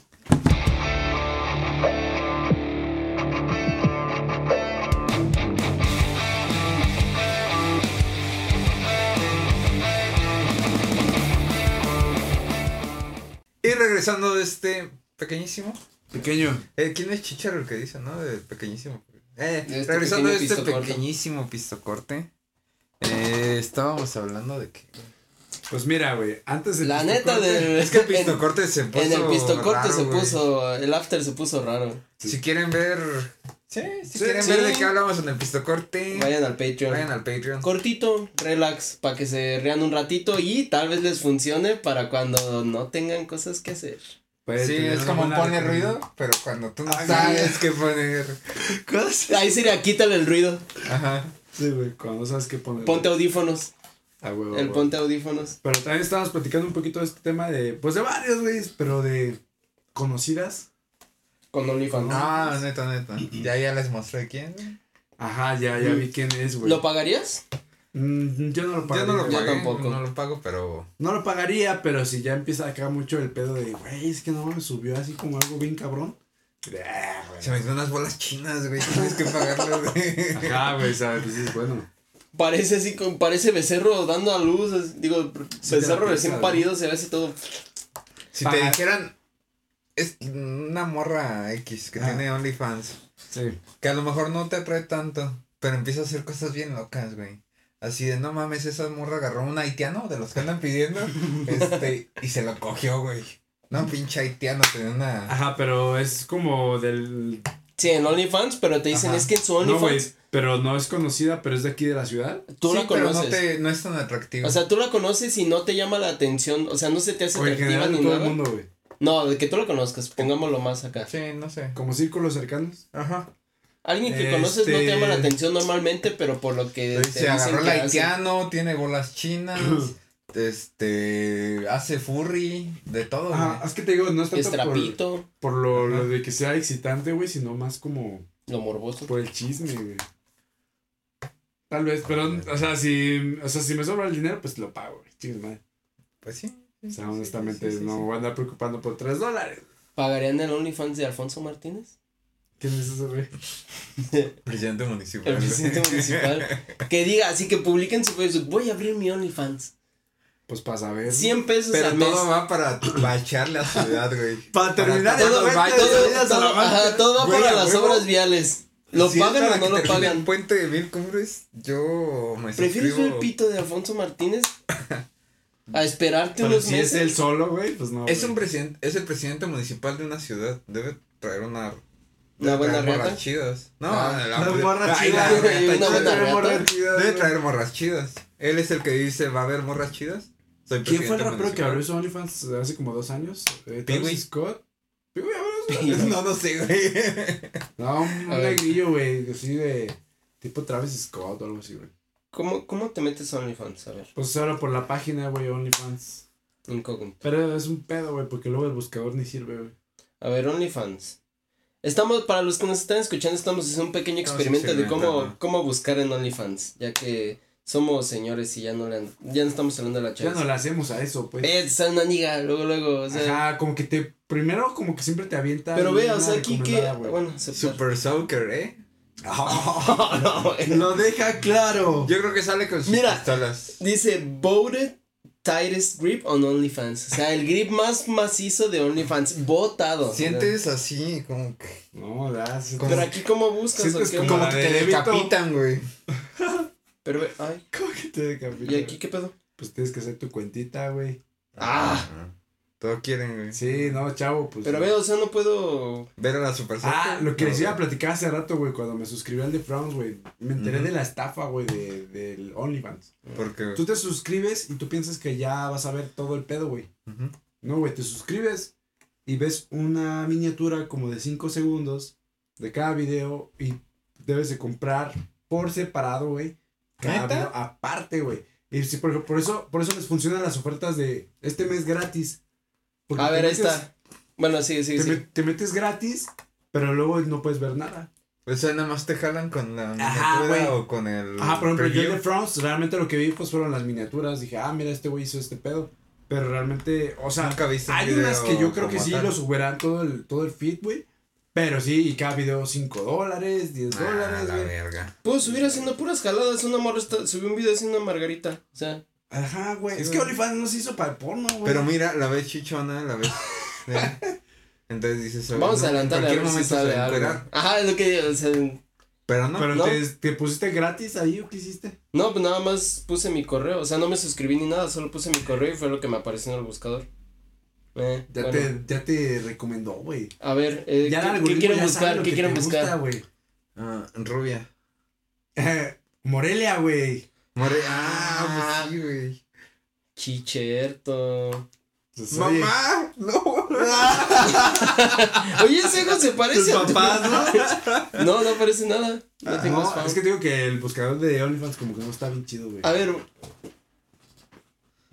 [SPEAKER 2] Y regresando de este pequeñísimo.
[SPEAKER 1] Pequeño.
[SPEAKER 2] Eh, ¿Quién es Chicharo el que dice, no? Del pequeñísimo. Eh,
[SPEAKER 3] De este
[SPEAKER 2] regresando de
[SPEAKER 3] pequeño
[SPEAKER 2] este
[SPEAKER 3] pistocorte.
[SPEAKER 2] pequeñísimo pistocorte. Eh, estábamos hablando de que.
[SPEAKER 1] Pues mira, güey, antes del
[SPEAKER 3] La neta
[SPEAKER 1] pistocorte-
[SPEAKER 3] del...
[SPEAKER 2] Es que el
[SPEAKER 3] Eh, en-
[SPEAKER 2] pistocorte se puso.
[SPEAKER 3] En el pistocorte
[SPEAKER 2] raro,
[SPEAKER 3] se
[SPEAKER 2] güey.
[SPEAKER 3] puso, el after se puso raro.
[SPEAKER 2] Si quieren ver. Sí, si
[SPEAKER 1] Sí,
[SPEAKER 2] quieren
[SPEAKER 3] sí.
[SPEAKER 2] ver de qué hablamos en el pistocorte, vayan,
[SPEAKER 3] Vayan al Patreon.
[SPEAKER 2] al Patreon.
[SPEAKER 3] Cortito, relax, para que se rían un ratito y tal vez les funcione para cuando no tengan cosas que hacer.
[SPEAKER 1] Puede
[SPEAKER 2] sí,
[SPEAKER 1] tener
[SPEAKER 2] es
[SPEAKER 1] una
[SPEAKER 2] como
[SPEAKER 1] buena
[SPEAKER 2] pone
[SPEAKER 1] recomendación.
[SPEAKER 2] ruido, pero cuando tú no
[SPEAKER 1] Ah,
[SPEAKER 2] sabes qué poner.
[SPEAKER 3] Ahí sería, quítale el ruido,
[SPEAKER 2] Ajá.
[SPEAKER 1] Sí, güey, cuando no sabes qué poner.
[SPEAKER 3] ponte audífonos,
[SPEAKER 1] Ah, güey,
[SPEAKER 3] el
[SPEAKER 1] güey.
[SPEAKER 3] ponte audífonos.
[SPEAKER 1] Pero también estábamos platicando un poquito de este tema de, pues de varios, güey, pero de conocidas.
[SPEAKER 3] Con OnlyFans.
[SPEAKER 1] Ah,
[SPEAKER 2] No, neta, neta. Ya, ya les mostré quién.
[SPEAKER 1] Ajá, ya, ya vi quién es, güey.
[SPEAKER 3] ¿Lo pagarías?
[SPEAKER 1] Mm, yo no lo
[SPEAKER 2] Yo
[SPEAKER 1] pagaría.
[SPEAKER 2] no lo
[SPEAKER 3] Yo
[SPEAKER 2] pagué,
[SPEAKER 3] tampoco.
[SPEAKER 2] no lo pago, pero.
[SPEAKER 1] No lo pagaría, pero si ya empieza acá mucho el pedo de, güey, es que no me subió así como algo bien cabrón. Ah, güey.
[SPEAKER 2] Se me hicieron unas bolas chinas, güey. Tienes que pagarlas, güey.
[SPEAKER 1] Ajá, güey, ¿sabes? Dices, bueno.
[SPEAKER 3] Parece así, con, parece becerro dando a luz, es- digo,
[SPEAKER 1] Sí, te
[SPEAKER 3] becerro
[SPEAKER 1] la
[SPEAKER 3] recién
[SPEAKER 1] piensas,
[SPEAKER 3] parido, se ve así todo.
[SPEAKER 2] Si te
[SPEAKER 1] Pagar.
[SPEAKER 2] dijeran. Es una morra X que
[SPEAKER 1] Ah.
[SPEAKER 2] tiene OnlyFans.
[SPEAKER 1] Sí.
[SPEAKER 2] Que a lo mejor no te atrae tanto, pero empieza a hacer cosas bien locas, güey. Así de, no mames, esa morra agarró un haitiano de los que andan pidiendo, este, y se lo cogió, güey. No, pinche haitiano, tenía una...
[SPEAKER 1] Ajá, pero es como del.
[SPEAKER 3] Sí, en OnlyFans, pero te dicen,
[SPEAKER 2] Ajá.
[SPEAKER 3] es que en su
[SPEAKER 1] No, güey,
[SPEAKER 3] OnlyFans
[SPEAKER 1] pero no es conocida, pero es de aquí de la ciudad.
[SPEAKER 3] tú
[SPEAKER 2] Sí,
[SPEAKER 3] la
[SPEAKER 2] pero no,
[SPEAKER 3] conoces.
[SPEAKER 2] te- no es tan atractivo.
[SPEAKER 3] O sea, tú la conoces y no te llama la atención, o sea, no se te hace
[SPEAKER 1] O en
[SPEAKER 3] atractiva
[SPEAKER 1] general
[SPEAKER 3] ni
[SPEAKER 1] de todo
[SPEAKER 3] nada.
[SPEAKER 1] el mundo, güey.
[SPEAKER 3] No, de que tú la conozcas, pongámoslo más acá.
[SPEAKER 2] sí, no sé.
[SPEAKER 1] Como círculos cercanos.
[SPEAKER 2] Ajá.
[SPEAKER 3] Alguien que conoces no te llama
[SPEAKER 1] Este,
[SPEAKER 3] la atención normalmente, pero por lo que
[SPEAKER 1] pues,
[SPEAKER 3] te
[SPEAKER 2] Se agarró
[SPEAKER 3] dicen
[SPEAKER 2] el
[SPEAKER 3] que hace.
[SPEAKER 2] haitiano, tiene bolas chinas, este, hace furry, de todo,
[SPEAKER 1] Ajá,
[SPEAKER 2] güey.
[SPEAKER 1] es que te digo, no es
[SPEAKER 3] que Es
[SPEAKER 1] tanto por,
[SPEAKER 3] trapito,
[SPEAKER 1] por lo, lo
[SPEAKER 2] Ajá.
[SPEAKER 1] de que sea excitante, güey, sino más como
[SPEAKER 3] lo morboso.
[SPEAKER 1] por el chisme, güey. Tal vez, pero, o sea, si, o sea, si me sobra el dinero, pues lo pago, güey. Chingues, madre.
[SPEAKER 2] Pues sí.
[SPEAKER 1] O
[SPEAKER 2] sí, sí,
[SPEAKER 1] sea, honestamente,
[SPEAKER 2] sí, sí,
[SPEAKER 1] no me
[SPEAKER 2] sí.
[SPEAKER 1] voy a andar preocupando por tres dólares.
[SPEAKER 3] ¿Pagarían el OnlyFans de Alfonso Martínez?
[SPEAKER 1] ¿Quién es ese, güey?
[SPEAKER 2] Presidente municipal.
[SPEAKER 3] El presidente municipal. Que diga, así que publiquen su Facebook, voy a abrir mi OnlyFans.
[SPEAKER 1] Pues para saber.
[SPEAKER 3] 100 pesos
[SPEAKER 2] Pero
[SPEAKER 3] al mes.
[SPEAKER 2] todo va para bachar la ciudad, güey.
[SPEAKER 1] Para terminar
[SPEAKER 2] para
[SPEAKER 1] en
[SPEAKER 3] Todo,
[SPEAKER 1] los
[SPEAKER 3] va-
[SPEAKER 1] baños,
[SPEAKER 3] todo-
[SPEAKER 1] salidas a
[SPEAKER 3] todo-
[SPEAKER 1] la banca.
[SPEAKER 3] ajá, todo va
[SPEAKER 2] Güey,
[SPEAKER 3] para
[SPEAKER 2] a
[SPEAKER 3] las
[SPEAKER 2] huevo.
[SPEAKER 3] obras viales. ¿Lo
[SPEAKER 2] Si es
[SPEAKER 3] pagan
[SPEAKER 2] para
[SPEAKER 3] o no
[SPEAKER 2] que
[SPEAKER 3] lo
[SPEAKER 2] termine
[SPEAKER 3] pagan?
[SPEAKER 2] el puente de mil cumbres, yo me
[SPEAKER 3] ¿Prefieres ver el
[SPEAKER 2] suscribo.
[SPEAKER 3] pito de Alfonso Martínez? A esperarte
[SPEAKER 1] Pero
[SPEAKER 3] unos
[SPEAKER 1] si es
[SPEAKER 3] meses.
[SPEAKER 1] él solo, güey, pues no.
[SPEAKER 2] Es
[SPEAKER 1] güey.
[SPEAKER 2] un presidente, es el presidente municipal de una ciudad, debe traer una
[SPEAKER 3] Una
[SPEAKER 2] debe
[SPEAKER 3] buena
[SPEAKER 2] traer morras
[SPEAKER 3] riata.
[SPEAKER 2] chidas. No,
[SPEAKER 3] Ah,
[SPEAKER 2] la-
[SPEAKER 1] Las morras
[SPEAKER 2] Ay, la-
[SPEAKER 1] chidas,
[SPEAKER 3] güey,
[SPEAKER 1] güey,
[SPEAKER 3] una buena
[SPEAKER 1] debe
[SPEAKER 3] rata.
[SPEAKER 1] morras chidas,
[SPEAKER 2] debe
[SPEAKER 1] güey.
[SPEAKER 2] traer morras chidas. Él es el que dice, ¿va a haber morras chidas? Soy
[SPEAKER 1] ¿Quién fue el
[SPEAKER 2] presidente
[SPEAKER 1] rapero que
[SPEAKER 2] municipal.
[SPEAKER 1] abrió su OnlyFans hace como dos años?
[SPEAKER 2] Pee
[SPEAKER 1] Eh, Travis
[SPEAKER 2] Wee.
[SPEAKER 1] Scott. Pee Wee abrió su-
[SPEAKER 2] No, no sé, güey.
[SPEAKER 1] No, un
[SPEAKER 3] A ver.
[SPEAKER 1] negrillo, güey, así de tipo Travis Scott o algo así, güey.
[SPEAKER 3] ¿Cómo, ¿Cómo te metes a OnlyFans? A ver,
[SPEAKER 1] Pues solo por la página, güey, OnlyFans.
[SPEAKER 3] incógnito.
[SPEAKER 1] Pero es un pedo, güey, porque luego el buscador ni sirve, güey.
[SPEAKER 3] A ver, OnlyFans. Estamos, para los que nos están escuchando, estamos haciendo un pequeño
[SPEAKER 2] Estamos
[SPEAKER 3] experimento de cómo,
[SPEAKER 2] experimentando.
[SPEAKER 3] cómo buscar en OnlyFans, ya que somos señores y ya no le, ya no estamos hablando de la
[SPEAKER 1] Ya
[SPEAKER 3] chava.
[SPEAKER 1] no le hacemos a eso, pues.
[SPEAKER 3] Eh, está una niga, luego, luego, o sea,
[SPEAKER 1] Ajá, como que te. Primero, como que siempre te avienta.
[SPEAKER 3] pero vea, o
[SPEAKER 1] una
[SPEAKER 3] sea, aquí que,
[SPEAKER 1] recomendada, güey.
[SPEAKER 3] bueno, se
[SPEAKER 2] Super Soaker, ¿eh?
[SPEAKER 3] No, güey.
[SPEAKER 1] Lo deja claro.
[SPEAKER 2] Yo creo que sale con sus
[SPEAKER 3] Mira.
[SPEAKER 2] pistolas.
[SPEAKER 3] Dice, voted tightest grip on OnlyFans, o sea, el grip más macizo de OnlyFans, votado.
[SPEAKER 2] Sientes así, como que...
[SPEAKER 1] No, da. sí,
[SPEAKER 3] Pero aquí, ¿cómo buscas?
[SPEAKER 1] Sientes
[SPEAKER 3] ¿O qué?
[SPEAKER 1] como
[SPEAKER 2] Como
[SPEAKER 1] la
[SPEAKER 2] que
[SPEAKER 1] de
[SPEAKER 2] te
[SPEAKER 1] Débito.
[SPEAKER 2] decapitan, güey.
[SPEAKER 3] Pero, ve- ay,
[SPEAKER 1] como que te decapita,
[SPEAKER 3] ¿y aquí
[SPEAKER 1] güey.
[SPEAKER 3] qué pedo?
[SPEAKER 1] Pues tienes que hacer tu cuentita, güey.
[SPEAKER 3] Ah.
[SPEAKER 2] Todo quieren, güey.
[SPEAKER 1] Sí, no, chavo, pues.
[SPEAKER 3] Pero
[SPEAKER 1] no.
[SPEAKER 3] veo, o sea, no puedo.
[SPEAKER 2] Ver a la Super
[SPEAKER 1] Ah,
[SPEAKER 2] Soccer.
[SPEAKER 1] lo que
[SPEAKER 2] No,
[SPEAKER 1] les iba a
[SPEAKER 2] güey.
[SPEAKER 1] platicar hace rato, güey, cuando me suscribí al de Frowns, güey. Me enteré
[SPEAKER 2] Ujú.
[SPEAKER 1] de la estafa, güey, de, del OnlyFans.
[SPEAKER 2] Porque.
[SPEAKER 1] Tú te suscribes y tú piensas que ya vas a ver todo el pedo, güey.
[SPEAKER 2] Ujú.
[SPEAKER 1] No, güey, te suscribes y ves una miniatura como de 5 segundos de cada video y debes de comprar por separado, güey. Cada
[SPEAKER 2] ¿Neta?
[SPEAKER 1] video aparte, güey. Y sí, por, por eso, por eso les funcionan las ofertas de este mes gratis. Porque
[SPEAKER 3] A
[SPEAKER 1] te
[SPEAKER 3] ver, ahí
[SPEAKER 1] metes-
[SPEAKER 3] está. Bueno, sí, sí,
[SPEAKER 1] Te,
[SPEAKER 3] sí.
[SPEAKER 1] met- te metes gratis, pero luego no puedes ver nada.
[SPEAKER 2] Pues, O sea, nada más te jalan con la
[SPEAKER 1] Ajá,
[SPEAKER 2] miniatura
[SPEAKER 1] güey.
[SPEAKER 2] o con el.
[SPEAKER 1] Ajá, Ah, por ejemplo, yo
[SPEAKER 2] preview.
[SPEAKER 1] de France, realmente lo que vi pues fueron las miniaturas. Dije, ah, mira, este güey hizo este pedo. Pero realmente, o sea,
[SPEAKER 2] Nunca viste un
[SPEAKER 1] Hay unas
[SPEAKER 2] este video
[SPEAKER 1] que yo creo que
[SPEAKER 2] como
[SPEAKER 1] sí
[SPEAKER 2] tal.
[SPEAKER 1] lo subirán todo el, todo el feed, güey. Pero sí, y cada video 5 dólares, 10
[SPEAKER 2] Ah,
[SPEAKER 1] dólares,
[SPEAKER 2] la
[SPEAKER 1] güey.
[SPEAKER 2] verga.
[SPEAKER 3] Puedo subir haciendo puras jaladas. Una morra está- subió un video haciendo una margarita. O sea,
[SPEAKER 1] Ajá, güey.
[SPEAKER 3] Sí,
[SPEAKER 1] Es que
[SPEAKER 3] güey.
[SPEAKER 1] OnlyFans no se hizo para el porno, güey.
[SPEAKER 2] Pero mira, la ves chichona, la ves. ¿eh? Entonces dices. oye,
[SPEAKER 3] vamos
[SPEAKER 2] no,
[SPEAKER 3] a
[SPEAKER 2] en
[SPEAKER 3] adelantarle a
[SPEAKER 2] cualquier
[SPEAKER 3] ver si
[SPEAKER 2] momento se
[SPEAKER 3] sale
[SPEAKER 2] va a
[SPEAKER 3] algo.
[SPEAKER 2] encuerar.
[SPEAKER 3] Ajá, es lo que. O sea,
[SPEAKER 2] Pero no.
[SPEAKER 1] Pero
[SPEAKER 3] ¿no?
[SPEAKER 1] te, te pusiste gratis ahí o qué hiciste?
[SPEAKER 3] no, pues nada más puse mi correo. O sea, no me suscribí ni nada, solo puse mi correo y fue lo que me apareció en el buscador. Eh,
[SPEAKER 1] Ya,
[SPEAKER 3] bueno.
[SPEAKER 1] te, ya te recomendó, güey.
[SPEAKER 3] A ver, eh,
[SPEAKER 1] Ya
[SPEAKER 3] ¿qué-
[SPEAKER 1] el
[SPEAKER 3] ¿qué,
[SPEAKER 1] algoritmo
[SPEAKER 3] quieren
[SPEAKER 1] ya sabe
[SPEAKER 3] buscar?
[SPEAKER 1] lo
[SPEAKER 3] ¿Qué
[SPEAKER 1] que
[SPEAKER 3] quieren
[SPEAKER 1] te
[SPEAKER 3] buscar?
[SPEAKER 1] gusta, güey.
[SPEAKER 2] Ah, rubia.
[SPEAKER 1] Morelia, güey.
[SPEAKER 2] More...
[SPEAKER 3] Ah,
[SPEAKER 2] Ah, pues sí, güey.
[SPEAKER 3] Chicherto.
[SPEAKER 1] Pues, oye,
[SPEAKER 2] ¡Mamá! ¡No!
[SPEAKER 3] Oye, ese hijo se
[SPEAKER 1] Tus
[SPEAKER 3] parece a tu-
[SPEAKER 1] papás, ¿no?
[SPEAKER 3] No, no parece nada. No
[SPEAKER 1] Ah,
[SPEAKER 3] tengo
[SPEAKER 1] no,
[SPEAKER 3] spam.
[SPEAKER 1] es que te digo que el buscador de OnlyFans como que no está bien chido, güey.
[SPEAKER 3] A ver,